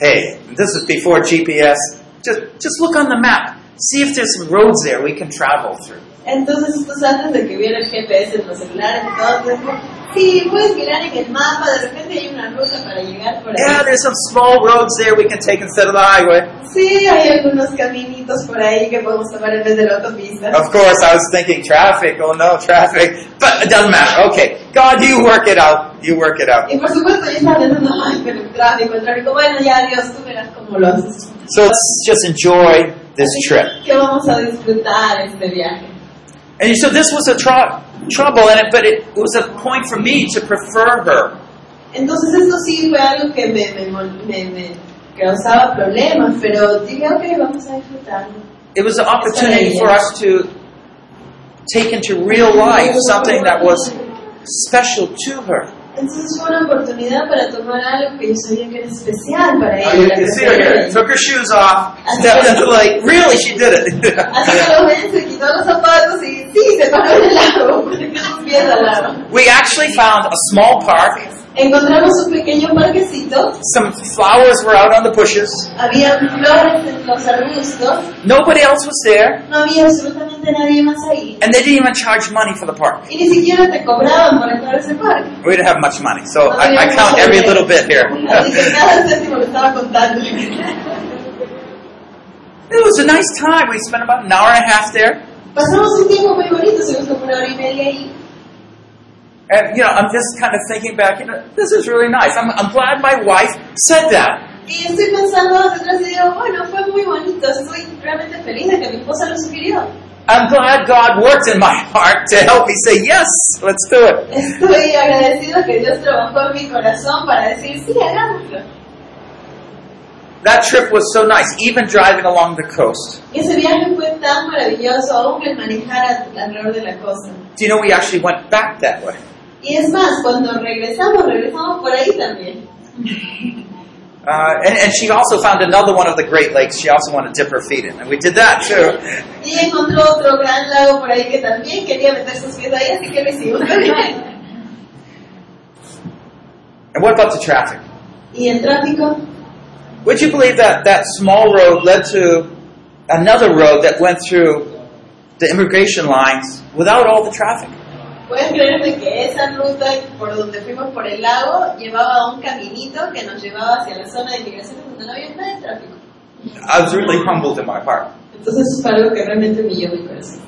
[SPEAKER 1] hey, this is before GPS. Just just look on the map. See if there's some roads there we can travel through.
[SPEAKER 3] Entonces esto es antes de que viera el GPS en los celulares y todo. entonces, Sí, puedes mirar en el mapa, de repente hay una ruta para llegar por
[SPEAKER 1] Yeah,
[SPEAKER 3] ahí.
[SPEAKER 1] there's some small roads there we can take instead of the highway.
[SPEAKER 3] Sí, hay algunos caminitos por ahí que podemos tomar en vez de la autopista.
[SPEAKER 1] Of course, I was thinking traffic. Oh no, traffic. But it doesn't matter. Okay. God, you work it out. You work it out.
[SPEAKER 3] Y por supuesto, yo estaba pensando, ay, pero el tráfico, el tráfico. Bueno, ya, Dios, tú verás cómo lo haces.
[SPEAKER 1] So let's just enjoy this
[SPEAKER 3] Así
[SPEAKER 1] trip.
[SPEAKER 3] Que vamos a disfrutar este viaje.
[SPEAKER 1] And so this was a tr- trouble in it, but it was a point for me to prefer her.
[SPEAKER 3] Entonces, eso sí fue algo que me, me, mon- me, me causaba problemas, pero dije, ok, vamos a disfrutarlo.
[SPEAKER 1] It was an opportunity for us to take into real life something that was special to her.
[SPEAKER 3] Entonces fue una oportunidad para tomar algo que yo sabía que era especial para ella.
[SPEAKER 1] you can see her here. Took her shoes off, stepped into the lake. Really, she did
[SPEAKER 3] Así
[SPEAKER 1] it.
[SPEAKER 3] que lo ven, se quitó los zapatos y sí, se paró en el lago, porque los pies al lago.
[SPEAKER 1] we actually found a small park.
[SPEAKER 3] Encontramos un pequeño parquecito,
[SPEAKER 1] Some flowers were out on the bushes.
[SPEAKER 3] había flores en los arbustos,
[SPEAKER 1] Nobody else was there,
[SPEAKER 3] no había absolutamente nadie más ahí.
[SPEAKER 1] and they didn't even charge money for the park.
[SPEAKER 3] Y ni siquiera te cobraban por entrar a ese parque.
[SPEAKER 1] We didn't have much money, so
[SPEAKER 3] No
[SPEAKER 1] Oh, I, I
[SPEAKER 3] teníamos
[SPEAKER 1] count
[SPEAKER 3] mucho
[SPEAKER 1] every
[SPEAKER 3] dinero.
[SPEAKER 1] little bit
[SPEAKER 3] Así que
[SPEAKER 1] here.
[SPEAKER 3] cada céntimo lo estaba contando.
[SPEAKER 1] It was a nice time. We spent about an hour and a half there.
[SPEAKER 3] Pasamos un tiempo muy bonito, estuvimos como una hora y media ahí.
[SPEAKER 1] And, you know, I'm just kind of thinking back, you know, this is really nice. I'm, I'm glad my wife said that.
[SPEAKER 3] Y estoy pensando hacia atrás y digo, bueno, fue muy bonito, estoy realmente feliz de que mi esposa lo sugirió.
[SPEAKER 1] I'm glad God worked in my heart to help me say, yes, let's do it.
[SPEAKER 3] Estoy agradecido que Dios trabajó en mi corazón para decir, sí, hagámoslo.
[SPEAKER 1] That trip was so nice, even driving along the coast.
[SPEAKER 3] Y ese viaje fue tan maravilloso, aún el manejar al- alrededor de la costa.
[SPEAKER 1] Do you know we actually went back that way?
[SPEAKER 3] Y es más, cuando regresamos, regresamos por ahí también.
[SPEAKER 1] Uh, and, and she also found another one of the Great Lakes she also wanted to dip her feet in. And we did that too.
[SPEAKER 3] Y ella encontró otro gran lago por ahí que también quería meter sus pies ahí, así que lo hicimos también.
[SPEAKER 1] And what about the traffic?
[SPEAKER 3] ¿Y el tráfico?
[SPEAKER 1] Would you believe that that small road led to another road that went through the immigration lines without all the traffic?
[SPEAKER 3] Puedes creerme que esa ruta por donde fuimos por el lago llevaba a un caminito que nos llevaba hacia la zona de migraciones donde no había nada de tráfico.
[SPEAKER 1] I was really humbled in my heart
[SPEAKER 3] Entonces eso fue algo que realmente humilló mi corazón.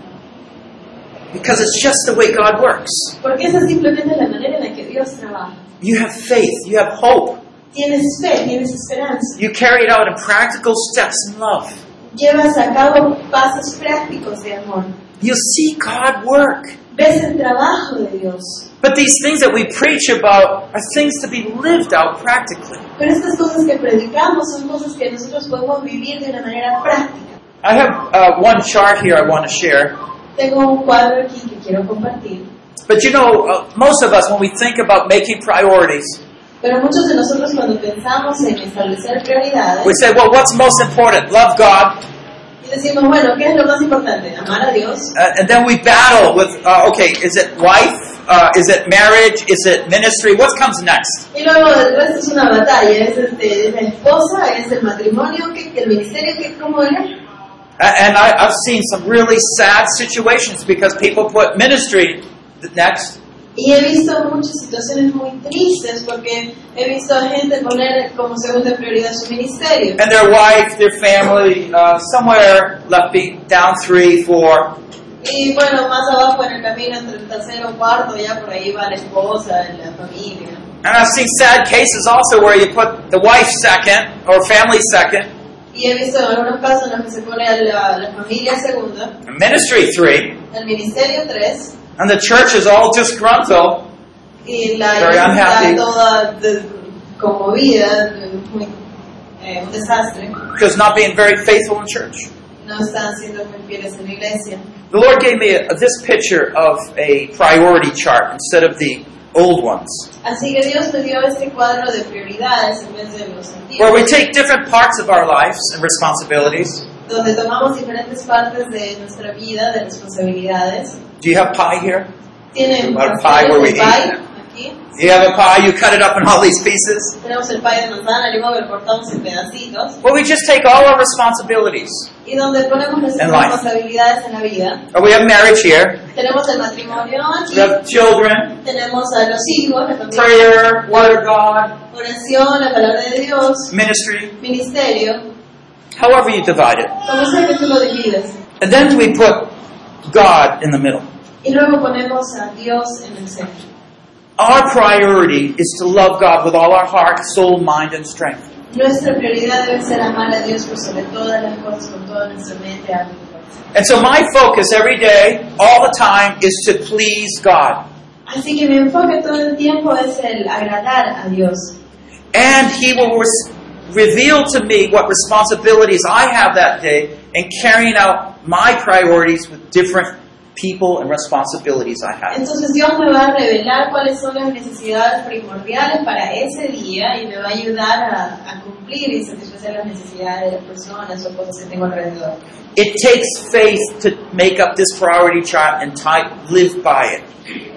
[SPEAKER 1] because it's just the way God works.
[SPEAKER 3] Porque esa es simplemente la manera en la que Dios trabaja.
[SPEAKER 1] You have faith, you have hope.
[SPEAKER 3] Tienes fe, tienes esperanza.
[SPEAKER 1] You carry it out in practical steps in love.
[SPEAKER 3] Llevas a cabo pasos prácticos de amor.
[SPEAKER 1] You see God work.
[SPEAKER 3] Ves el trabajo de Dios.
[SPEAKER 1] But these things that we preach about are things to be lived out practically.
[SPEAKER 3] Pero estas cosas que predicamos son cosas que nosotros podemos vivir de una manera práctica.
[SPEAKER 1] I have uh, one chart here I want to share.
[SPEAKER 3] Tengo un cuadro aquí que quiero compartir.
[SPEAKER 1] But you know, uh, most of us, when we think about making priorities,
[SPEAKER 3] Pero muchos de nosotros cuando pensamos en establecer prioridades
[SPEAKER 1] We say, well, what's most important? Love God.
[SPEAKER 3] y decimos, bueno, ¿qué es lo más importante? Amar a Dios.
[SPEAKER 1] Uh, and then we battle with, uh, okay, is it wife? Uh, is it marriage? Is it ministry? What comes next?
[SPEAKER 3] Y luego el resto es una batalla, es, este, es la esposa, es el matrimonio, que el ministerio, que cómo era.
[SPEAKER 1] A- And I, I've seen some really sad situations because people put ministry th- next,
[SPEAKER 3] Y he visto muchas situaciones muy tristes porque he visto a gente poner como segunda prioridad su ministerio.
[SPEAKER 1] and their wife, their family, uh, somewhere left be down three, four.
[SPEAKER 3] Y bueno, más abajo en el camino, entre el tercero o cuarto, ya por ahí va la esposa, la familia.
[SPEAKER 1] And I've seen sad cases also where you put the wife second or family second,
[SPEAKER 3] Y he visto en algunos casos en los que se pone a la, la familia segunda,
[SPEAKER 1] and ministry three,
[SPEAKER 3] el ministerio tres,
[SPEAKER 1] and the church is all disgruntled.
[SPEAKER 3] y la
[SPEAKER 1] Very
[SPEAKER 3] iglesia
[SPEAKER 1] unhappy.
[SPEAKER 3] está toda de- conmovida, muy, eh, un desastre.
[SPEAKER 1] because not being very faithful in church.
[SPEAKER 3] No están siendo muy fieles en la iglesia.
[SPEAKER 1] The Lord gave me a, this picture of a priority chart instead of the old ones,
[SPEAKER 3] Así que Dios me dio este cuadro de prioridades en vez de los
[SPEAKER 1] where we
[SPEAKER 3] antiguos,
[SPEAKER 1] take different parts of our lives and responsibilities.
[SPEAKER 3] donde tomamos diferentes partes de nuestra vida, de responsabilidades.
[SPEAKER 1] Do you have pie here?
[SPEAKER 3] Tiene
[SPEAKER 1] About
[SPEAKER 3] pasteles
[SPEAKER 1] five where we
[SPEAKER 3] de pie,
[SPEAKER 1] eat.
[SPEAKER 3] aquí.
[SPEAKER 1] You have a pie, you cut it up in all these pieces.
[SPEAKER 3] Tenemos el pay de manzana, luego lo cortamos en pedacitos.
[SPEAKER 1] Well, we just take all our responsibilities.
[SPEAKER 3] Y donde ponemos nuestras
[SPEAKER 1] En life.
[SPEAKER 3] responsabilidades en la vida.
[SPEAKER 1] Oh, we have marriage here.
[SPEAKER 3] Tenemos el matrimonio
[SPEAKER 1] We
[SPEAKER 3] aquí.
[SPEAKER 1] have children,
[SPEAKER 3] Tenemos a los hijos, la familia,
[SPEAKER 1] prayer, word of God,
[SPEAKER 3] oración, la palabra de Dios,
[SPEAKER 1] ministry,
[SPEAKER 3] ministerio.
[SPEAKER 1] however you divide it.
[SPEAKER 3] Como sea que tú lo divides.
[SPEAKER 1] And then we put God in the middle.
[SPEAKER 3] Y luego ponemos a Dios en el centro.
[SPEAKER 1] Our priority is to love God with all our heart, soul, mind, and strength.
[SPEAKER 3] Nuestra prioridad debe ser amar a Dios por sobre todas las cosas, con toda nuestra mente, alma y fuerza.
[SPEAKER 1] And so my focus every day, all the time, is to please God.
[SPEAKER 3] Así que mi enfoque todo el tiempo es el agradar a Dios.
[SPEAKER 1] And He will res- reveal to me what responsibilities I have that day in carrying out my priorities with different people and responsibilities I have.
[SPEAKER 3] Entonces Dios me va a revelar cuáles son las necesidades primordiales para ese día y me va a ayudar a, a cumplir y satisfacer las necesidades de las personas o cosas que tengo alrededor.
[SPEAKER 1] It takes faith to make up this priority chart and type, live by it.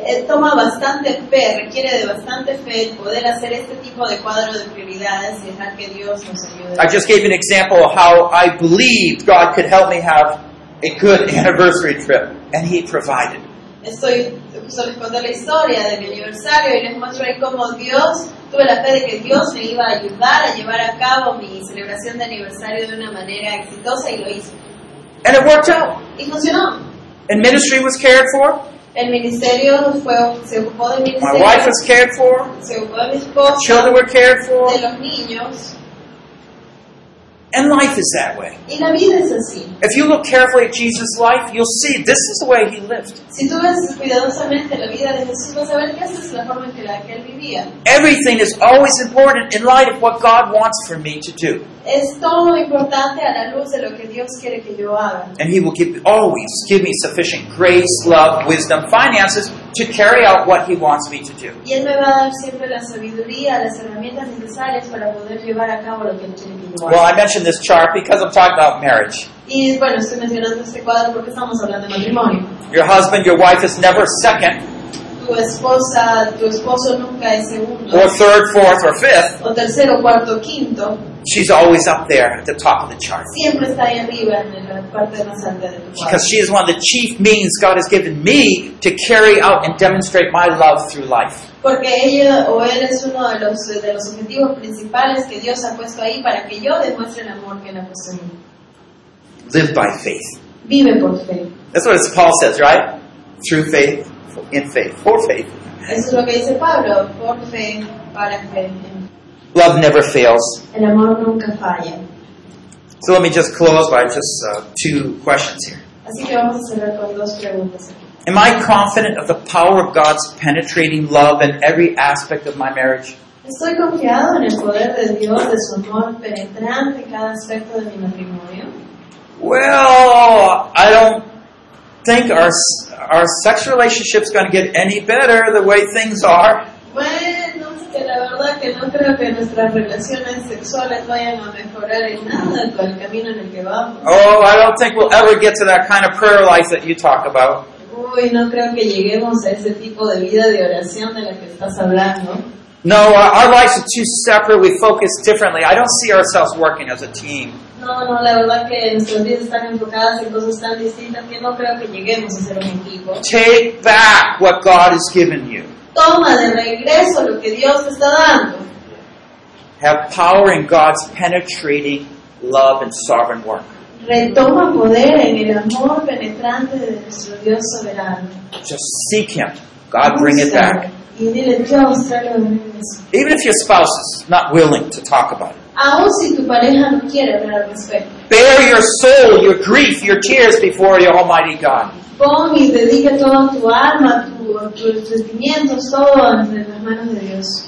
[SPEAKER 3] Eh, Toma bastante fe, requiere de bastante fe el poder hacer este tipo de cuadro de prioridades y dejar que Dios nos ayude.
[SPEAKER 1] I just gave an example of how I believed God could help me have a good anniversary trip, and He provided.
[SPEAKER 3] Estoy, solo les conté la historia de mi aniversario y les muestro ahí cómo Dios, tuve la fe de que Dios me iba a ayudar a llevar a cabo mi celebración de aniversario de una manera exitosa y lo hizo.
[SPEAKER 1] And it worked out.
[SPEAKER 3] Y funcionó.
[SPEAKER 1] And ministry was cared for,
[SPEAKER 3] El ministerio fue, se ocupó del
[SPEAKER 1] my
[SPEAKER 3] ministerio,
[SPEAKER 1] wife was cared for,
[SPEAKER 3] se ocupó de mi esposo,
[SPEAKER 1] children were cared for,
[SPEAKER 3] de los niños,
[SPEAKER 1] and life is that way.
[SPEAKER 3] y la vida es así.
[SPEAKER 1] If you look carefully at Jesus' life, you'll see this is the way he lived.
[SPEAKER 3] Si tú ves cuidadosamente la vida de Jesús, vas a ver que esa es la forma en que, la que él vivía.
[SPEAKER 1] Everything is always important in light of what God wants for me to do.
[SPEAKER 3] Es todo importante a la luz de lo que Dios quiere que yo haga.
[SPEAKER 1] And he will give always give me sufficient grace, love, wisdom, finances to carry out what he wants me to do.
[SPEAKER 3] Y Él me va a dar siempre la sabiduría, las herramientas necesarias para poder llevar a cabo lo que Él quiere que yo haga.
[SPEAKER 1] Well, I mentioned this chart because I'm talking about marriage.
[SPEAKER 3] Y bueno, estoy mencionando este cuadro porque estamos hablando de matrimonio.
[SPEAKER 1] Your husband, your wife is never second
[SPEAKER 3] Tu esposa, tu esposo nunca es segundo,
[SPEAKER 1] or third, fourth, or fifth.
[SPEAKER 3] o tercero, cuarto, quinto.
[SPEAKER 1] She's always up there at the top of the chart.
[SPEAKER 3] Siempre está ahí arriba en la parte más alta de tu cuadro.
[SPEAKER 1] Because she is one of the chief means God has given me to carry out and demonstrate my love through life.
[SPEAKER 3] Porque ella o él es uno de los, de los objetivos principales que Dios ha puesto ahí para que yo demuestre el amor que Él ha puesto en mí.
[SPEAKER 1] Live by faith.
[SPEAKER 3] Vive por fe.
[SPEAKER 1] That's what it's- Paul says, right? Through faith, in faith, for faith.
[SPEAKER 3] Eso es lo que dice Pablo, por fe, para fe.
[SPEAKER 1] Love never fails.
[SPEAKER 3] El amor nunca falla.
[SPEAKER 1] So let me just close by just uh, two questions here.
[SPEAKER 3] Así que vamos a cerrar con dos preguntas. aquí.
[SPEAKER 1] Am I confident of the power of God's penetrating love in every aspect of my marriage?
[SPEAKER 3] Estoy confiado en el poder de Dios, de su amor penetrante en cada aspecto de mi matrimonio.
[SPEAKER 1] Well, I don't think our s- our sex relationship's going to get any better the way things are.
[SPEAKER 3] Bueno, es que la verdad que no creo que nuestras relaciones sexuales vayan a mejorar en nada con el camino en el que vamos.
[SPEAKER 1] Oh, I don't think we'll ever get to that kind of prayer life that you talk about.
[SPEAKER 3] Uy, no creo que lleguemos a ese tipo de vida de oración de la que estás hablando.
[SPEAKER 1] No, our, our lives are too separate. We focus differently. I don't see ourselves working as a team.
[SPEAKER 3] No, no, la verdad que nuestras vidas están enfocadas en cosas tan distintas que no creo que lleguemos a ser un equipo.
[SPEAKER 1] Take back what God has given you.
[SPEAKER 3] Toma de regreso lo que Dios te está dando.
[SPEAKER 1] Have power in God's penetrating love and sovereign work.
[SPEAKER 3] Retoma poder en el amor penetrante de nuestro Dios soberano.
[SPEAKER 1] Just seek Him. God, bring it back.
[SPEAKER 3] Y dile, Dios, tráelo de regreso.
[SPEAKER 1] Even if your spouse is not willing to talk about it.
[SPEAKER 3] Aún si tu pareja no quiere hablar al respecto.
[SPEAKER 1] Bear your soul, your grief, your tears before your Almighty God.
[SPEAKER 3] Pon y dedica toda tu alma, tu- tus sentimientos, todo entre las manos de Dios.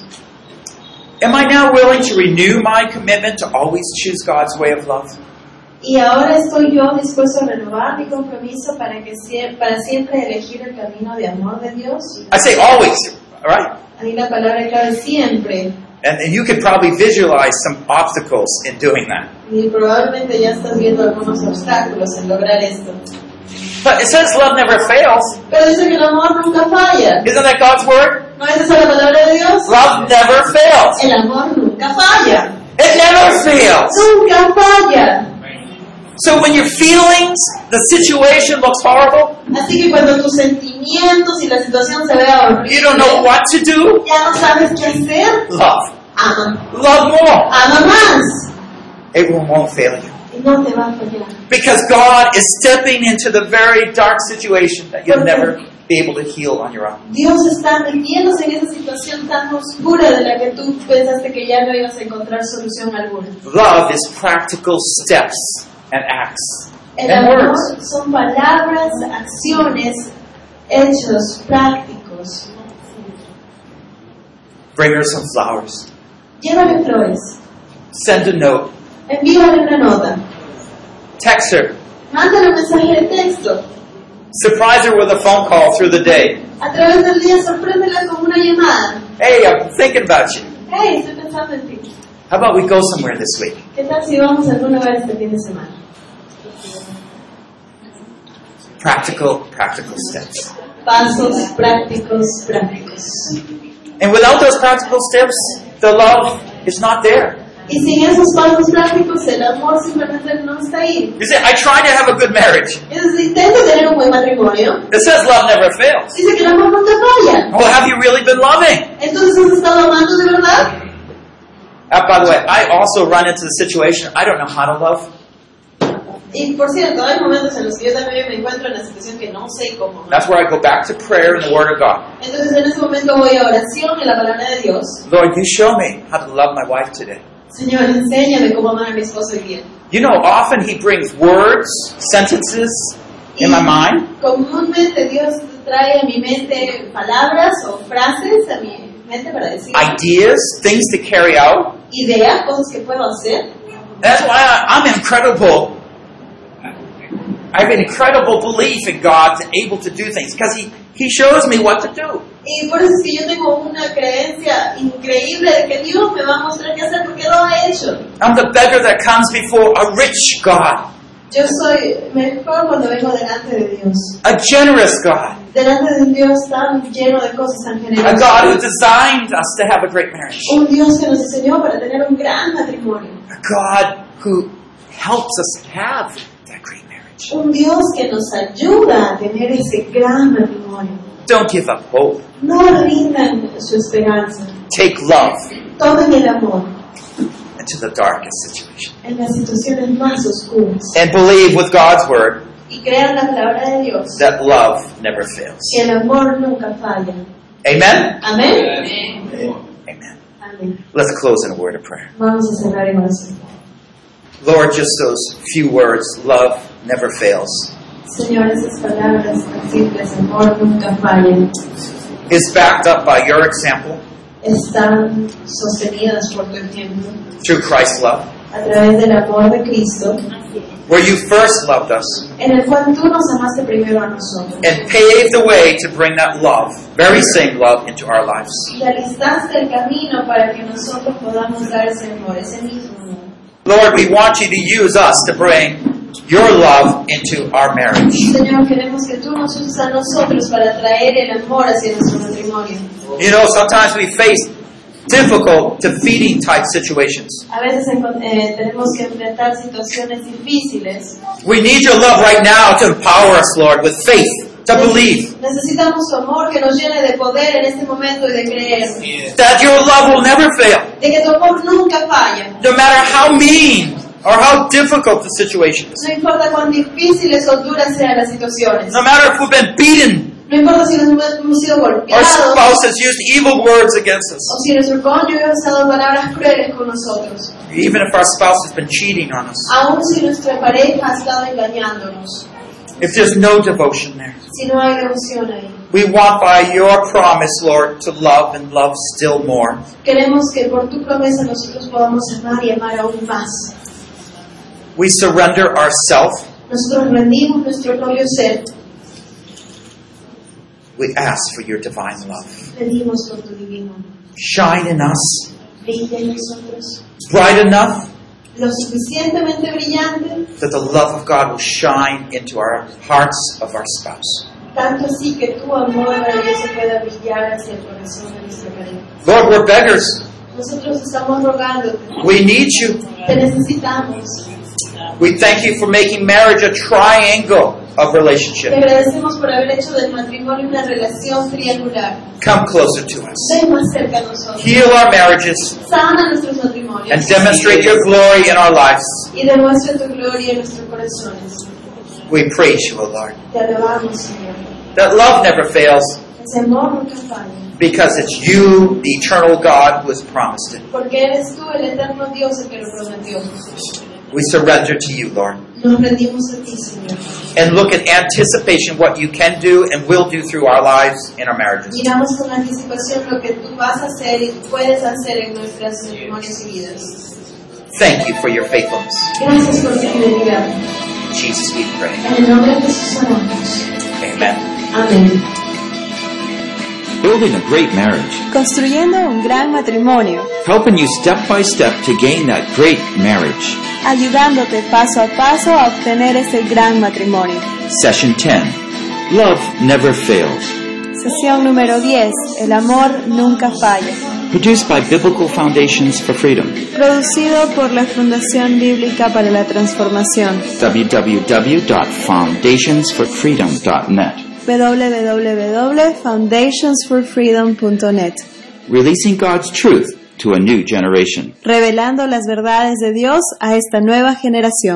[SPEAKER 1] Am I now willing to renew my commitment to always choose God's way of love?
[SPEAKER 3] Y ahora estoy yo dispuesto a renovar mi compromiso para, que sie- para siempre elegir el camino de amor de Dios.
[SPEAKER 1] I say always, all right?
[SPEAKER 3] Ahí la palabra clave es siempre.
[SPEAKER 1] And, and you can probably visualize some obstacles in doing that.
[SPEAKER 3] Y probablemente ya estás viendo algunos obstáculos en lograr esto.
[SPEAKER 1] But it says love never fails.
[SPEAKER 3] Pero dice que el amor nunca falla.
[SPEAKER 1] Isn't that God's word?
[SPEAKER 3] ¿No es esa la palabra de Dios?
[SPEAKER 1] Love never fails.
[SPEAKER 3] El amor nunca falla.
[SPEAKER 1] It never fails.
[SPEAKER 3] Nunca falla.
[SPEAKER 1] So when your feelings, the situation looks horrible,
[SPEAKER 3] Así que cuando tus sentimientos y la situación se vea horrible,
[SPEAKER 1] you don't know what to do,
[SPEAKER 3] ya no sabes qué hacer,
[SPEAKER 1] love.
[SPEAKER 3] ama.
[SPEAKER 1] Love more.
[SPEAKER 3] Ama más.
[SPEAKER 1] It won't won't fail you.
[SPEAKER 3] Y no te va a fallar.
[SPEAKER 1] Because God is stepping into the very dark situation that you'll never be able to heal on your own.
[SPEAKER 3] Dios está metiéndose en esa situación tan oscura de la que tú pensaste que ya no ibas a encontrar solución alguna.
[SPEAKER 1] Love is practical steps and acts
[SPEAKER 3] El
[SPEAKER 1] and
[SPEAKER 3] amor
[SPEAKER 1] words.
[SPEAKER 3] son palabras, acciones, hechos prácticos.
[SPEAKER 1] Bring her some flowers.
[SPEAKER 3] Llévale flores,
[SPEAKER 1] Send a note.
[SPEAKER 3] envíale una nota,
[SPEAKER 1] Text her.
[SPEAKER 3] mándale un mensaje de texto.
[SPEAKER 1] Surprise her with a phone call through the day.
[SPEAKER 3] A través del día sorpréndela con una llamada.
[SPEAKER 1] Hey, I'm thinking about you.
[SPEAKER 3] Hey, estoy pensando en ti.
[SPEAKER 1] How about we go somewhere this week?
[SPEAKER 3] ¿Qué tal si vamos a algún lugar este fin de semana?
[SPEAKER 1] Practical, practical steps.
[SPEAKER 3] Pasos prácticos, prácticos.
[SPEAKER 1] And without those practical steps, the love is not there.
[SPEAKER 3] Y sin esos pasos prácticos, el amor simplemente no está ahí.
[SPEAKER 1] You say, I try to have a good marriage.
[SPEAKER 3] Es- Intenta tener un buen matrimonio.
[SPEAKER 1] It says love never fails.
[SPEAKER 3] Dice que el amor nunca falla.
[SPEAKER 1] Well, have you really been loving?
[SPEAKER 3] Entonces has estado amando de verdad.
[SPEAKER 1] Uh, by the way, I also run into the situation I don't know how to love.
[SPEAKER 3] Y por cierto, hay momentos en los que yo también me encuentro en la situación que no sé cómo. amar.
[SPEAKER 1] That's where I go back to prayer and the Word of God.
[SPEAKER 3] Entonces en ese momento voy a oración en la palabra de Dios.
[SPEAKER 1] Lord, you show me how to love my wife today.
[SPEAKER 3] Señor, enséñame cómo amar a mi esposo hoy día.
[SPEAKER 1] You know, often He brings words, sentences in my mind,
[SPEAKER 3] comúnmente Dios trae a mi mente palabras o frases a mi mente para decir
[SPEAKER 1] ideas, things to carry out.
[SPEAKER 3] ideas, cosas que puedo hacer.
[SPEAKER 1] That's why I, I'm incredible. I have incredible belief in God and able to do things because He He shows me what to do.
[SPEAKER 3] Y por eso es que yo tengo una creencia increíble de que Dios me va a mostrar qué hacer porque lo ha hecho.
[SPEAKER 1] I'm the beggar that comes before a rich God,
[SPEAKER 3] Yo soy mejor cuando vengo delante de Dios.
[SPEAKER 1] a generous God.
[SPEAKER 3] Delante de un Dios tan lleno de cosas tan
[SPEAKER 1] A God who
[SPEAKER 3] generosas.
[SPEAKER 1] designed us to have a great marriage.
[SPEAKER 3] Un Dios que nos diseñó para tener un gran matrimonio.
[SPEAKER 1] A God who helps us have that great marriage.
[SPEAKER 3] Un Dios que nos ayuda a tener ese gran matrimonio.
[SPEAKER 1] Don't give up hope.
[SPEAKER 3] No rindan su esperanza.
[SPEAKER 1] Take love
[SPEAKER 3] Tomen el amor
[SPEAKER 1] into the darkest situation.
[SPEAKER 3] en las situaciones más oscuras.
[SPEAKER 1] And believe with God's word
[SPEAKER 3] Y crean la palabra de Dios.
[SPEAKER 1] that love never fails.
[SPEAKER 3] Que el amor nunca falla.
[SPEAKER 1] Amen?
[SPEAKER 3] Amén.
[SPEAKER 1] Amen.
[SPEAKER 3] Amén.
[SPEAKER 1] Let's close in a word of prayer.
[SPEAKER 3] Vamos a cerrar en oración.
[SPEAKER 1] Lord, just those few words, love never fails,
[SPEAKER 3] Señor, esas palabras tan simples, amor nunca fallan,
[SPEAKER 1] is backed up by your example
[SPEAKER 3] están sostenidas por tu ejemplo
[SPEAKER 1] through Christ's love,
[SPEAKER 3] a través del amor de Cristo,
[SPEAKER 1] where you first loved us
[SPEAKER 3] en el cual tú nos amaste primero a nosotros.
[SPEAKER 1] and paved the way to bring that love, very same love, into our lives.
[SPEAKER 3] Y alistaste el camino para que nosotros podamos dar ese amor, ese mismo amor.
[SPEAKER 1] Lord, we want you to use us to bring your love into our marriage.
[SPEAKER 3] Señor, queremos que tú nos uses a nosotros para traer el amor hacia nuestro matrimonio.
[SPEAKER 1] You know, sometimes we face difficult, defeating type situations.
[SPEAKER 3] A veces encon- eh, tenemos que enfrentar situaciones difíciles.
[SPEAKER 1] We need your love right now to empower us, Lord, with faith, to believe
[SPEAKER 3] Necesitamos tu amor que nos llene de poder en este momento y de creer.
[SPEAKER 1] that your love will never fail,
[SPEAKER 3] de que tu amor nunca falla.
[SPEAKER 1] no matter how mean or how difficult the situation is.
[SPEAKER 3] No importa cuán difíciles o duras sean las situaciones.
[SPEAKER 1] No matter if we've been beaten,
[SPEAKER 3] No importa si nos hemos sido
[SPEAKER 1] our
[SPEAKER 3] golpeados
[SPEAKER 1] spouse has used evil words against us,
[SPEAKER 3] o si nuestro cónyuge ha usado palabras crueles con nosotros.
[SPEAKER 1] even if our spouse has been cheating on us,
[SPEAKER 3] Aun si nuestra pareja ha estado engañándonos.
[SPEAKER 1] if there's no devotion there.
[SPEAKER 3] Si no hay devoción ahí.
[SPEAKER 1] We want by your promise, Lord, to love and love still more.
[SPEAKER 3] Queremos que por tu promesa nosotros podamos amar y amar aún más.
[SPEAKER 1] We surrender ourselves.
[SPEAKER 3] Nosotros rendimos nuestro propio ser.
[SPEAKER 1] We ask for your divine love.
[SPEAKER 3] Pedimos por tu divino.
[SPEAKER 1] Shine in us,
[SPEAKER 3] Brilla en nosotros.
[SPEAKER 1] bright enough
[SPEAKER 3] Lo suficientemente brillante
[SPEAKER 1] that the love of God will shine into our hearts of our spouse.
[SPEAKER 3] Tanto así que tu amor maravilloso pueda brillar hacia el corazón de nuestro Rey.
[SPEAKER 1] Lord, we're beggars.
[SPEAKER 3] Nosotros estamos rogándote,
[SPEAKER 1] We need you.
[SPEAKER 3] te necesitamos.
[SPEAKER 1] We thank you for making marriage a triangle of
[SPEAKER 3] Te
[SPEAKER 1] relationship.
[SPEAKER 3] agradecemos por haber hecho del matrimonio una relación triangular.
[SPEAKER 1] Come closer to us.
[SPEAKER 3] Ven más cerca a nosotros.
[SPEAKER 1] Heal our marriages
[SPEAKER 3] Sana nuestros
[SPEAKER 1] and
[SPEAKER 3] matrimonios
[SPEAKER 1] demonstrate your glory in our lives.
[SPEAKER 3] y demuestra tu gloria en nuestros corazones.
[SPEAKER 1] We praise you, O Lord.
[SPEAKER 3] Te alabamos, Señor.
[SPEAKER 1] That love never fails
[SPEAKER 3] Ese amor nunca falla,
[SPEAKER 1] because it's you, the eternal God, who has promised it.
[SPEAKER 3] porque eres tú el eterno Dios el que lo prometió.
[SPEAKER 1] We surrender to you, Lord.
[SPEAKER 3] Nos rendimos a ti, Señor.
[SPEAKER 1] And look at anticipation what you can do and will do through our lives and our marriages.
[SPEAKER 3] Miramos con anticipación lo que tú vas a hacer y puedes hacer en nuestras matrimonios y vidas.
[SPEAKER 1] Thank you for your faithfulness.
[SPEAKER 3] Gracias por tu fidelidad.
[SPEAKER 1] In Jesus, we pray.
[SPEAKER 3] En el nombre de Jesús oramos.
[SPEAKER 1] Amen.
[SPEAKER 3] Amén.
[SPEAKER 4] Building a great marriage,
[SPEAKER 2] Construyendo un gran matrimonio,
[SPEAKER 4] helping you step by step to gain that great marriage.
[SPEAKER 2] ayudándote paso a paso a obtener ese gran matrimonio.
[SPEAKER 4] Session 10 Love Never Fails.
[SPEAKER 2] Sesión número 10. El amor nunca falla.
[SPEAKER 4] Produced by Biblical Foundations for Freedom.
[SPEAKER 2] Producido por la Fundación Bíblica para la Transformación.
[SPEAKER 4] www.foundationsforfreedom.net.
[SPEAKER 2] www.foundationsforfreedom.net.
[SPEAKER 4] Releasing God's truth to a new generation.
[SPEAKER 2] Revelando las verdades de Dios a esta nueva generación.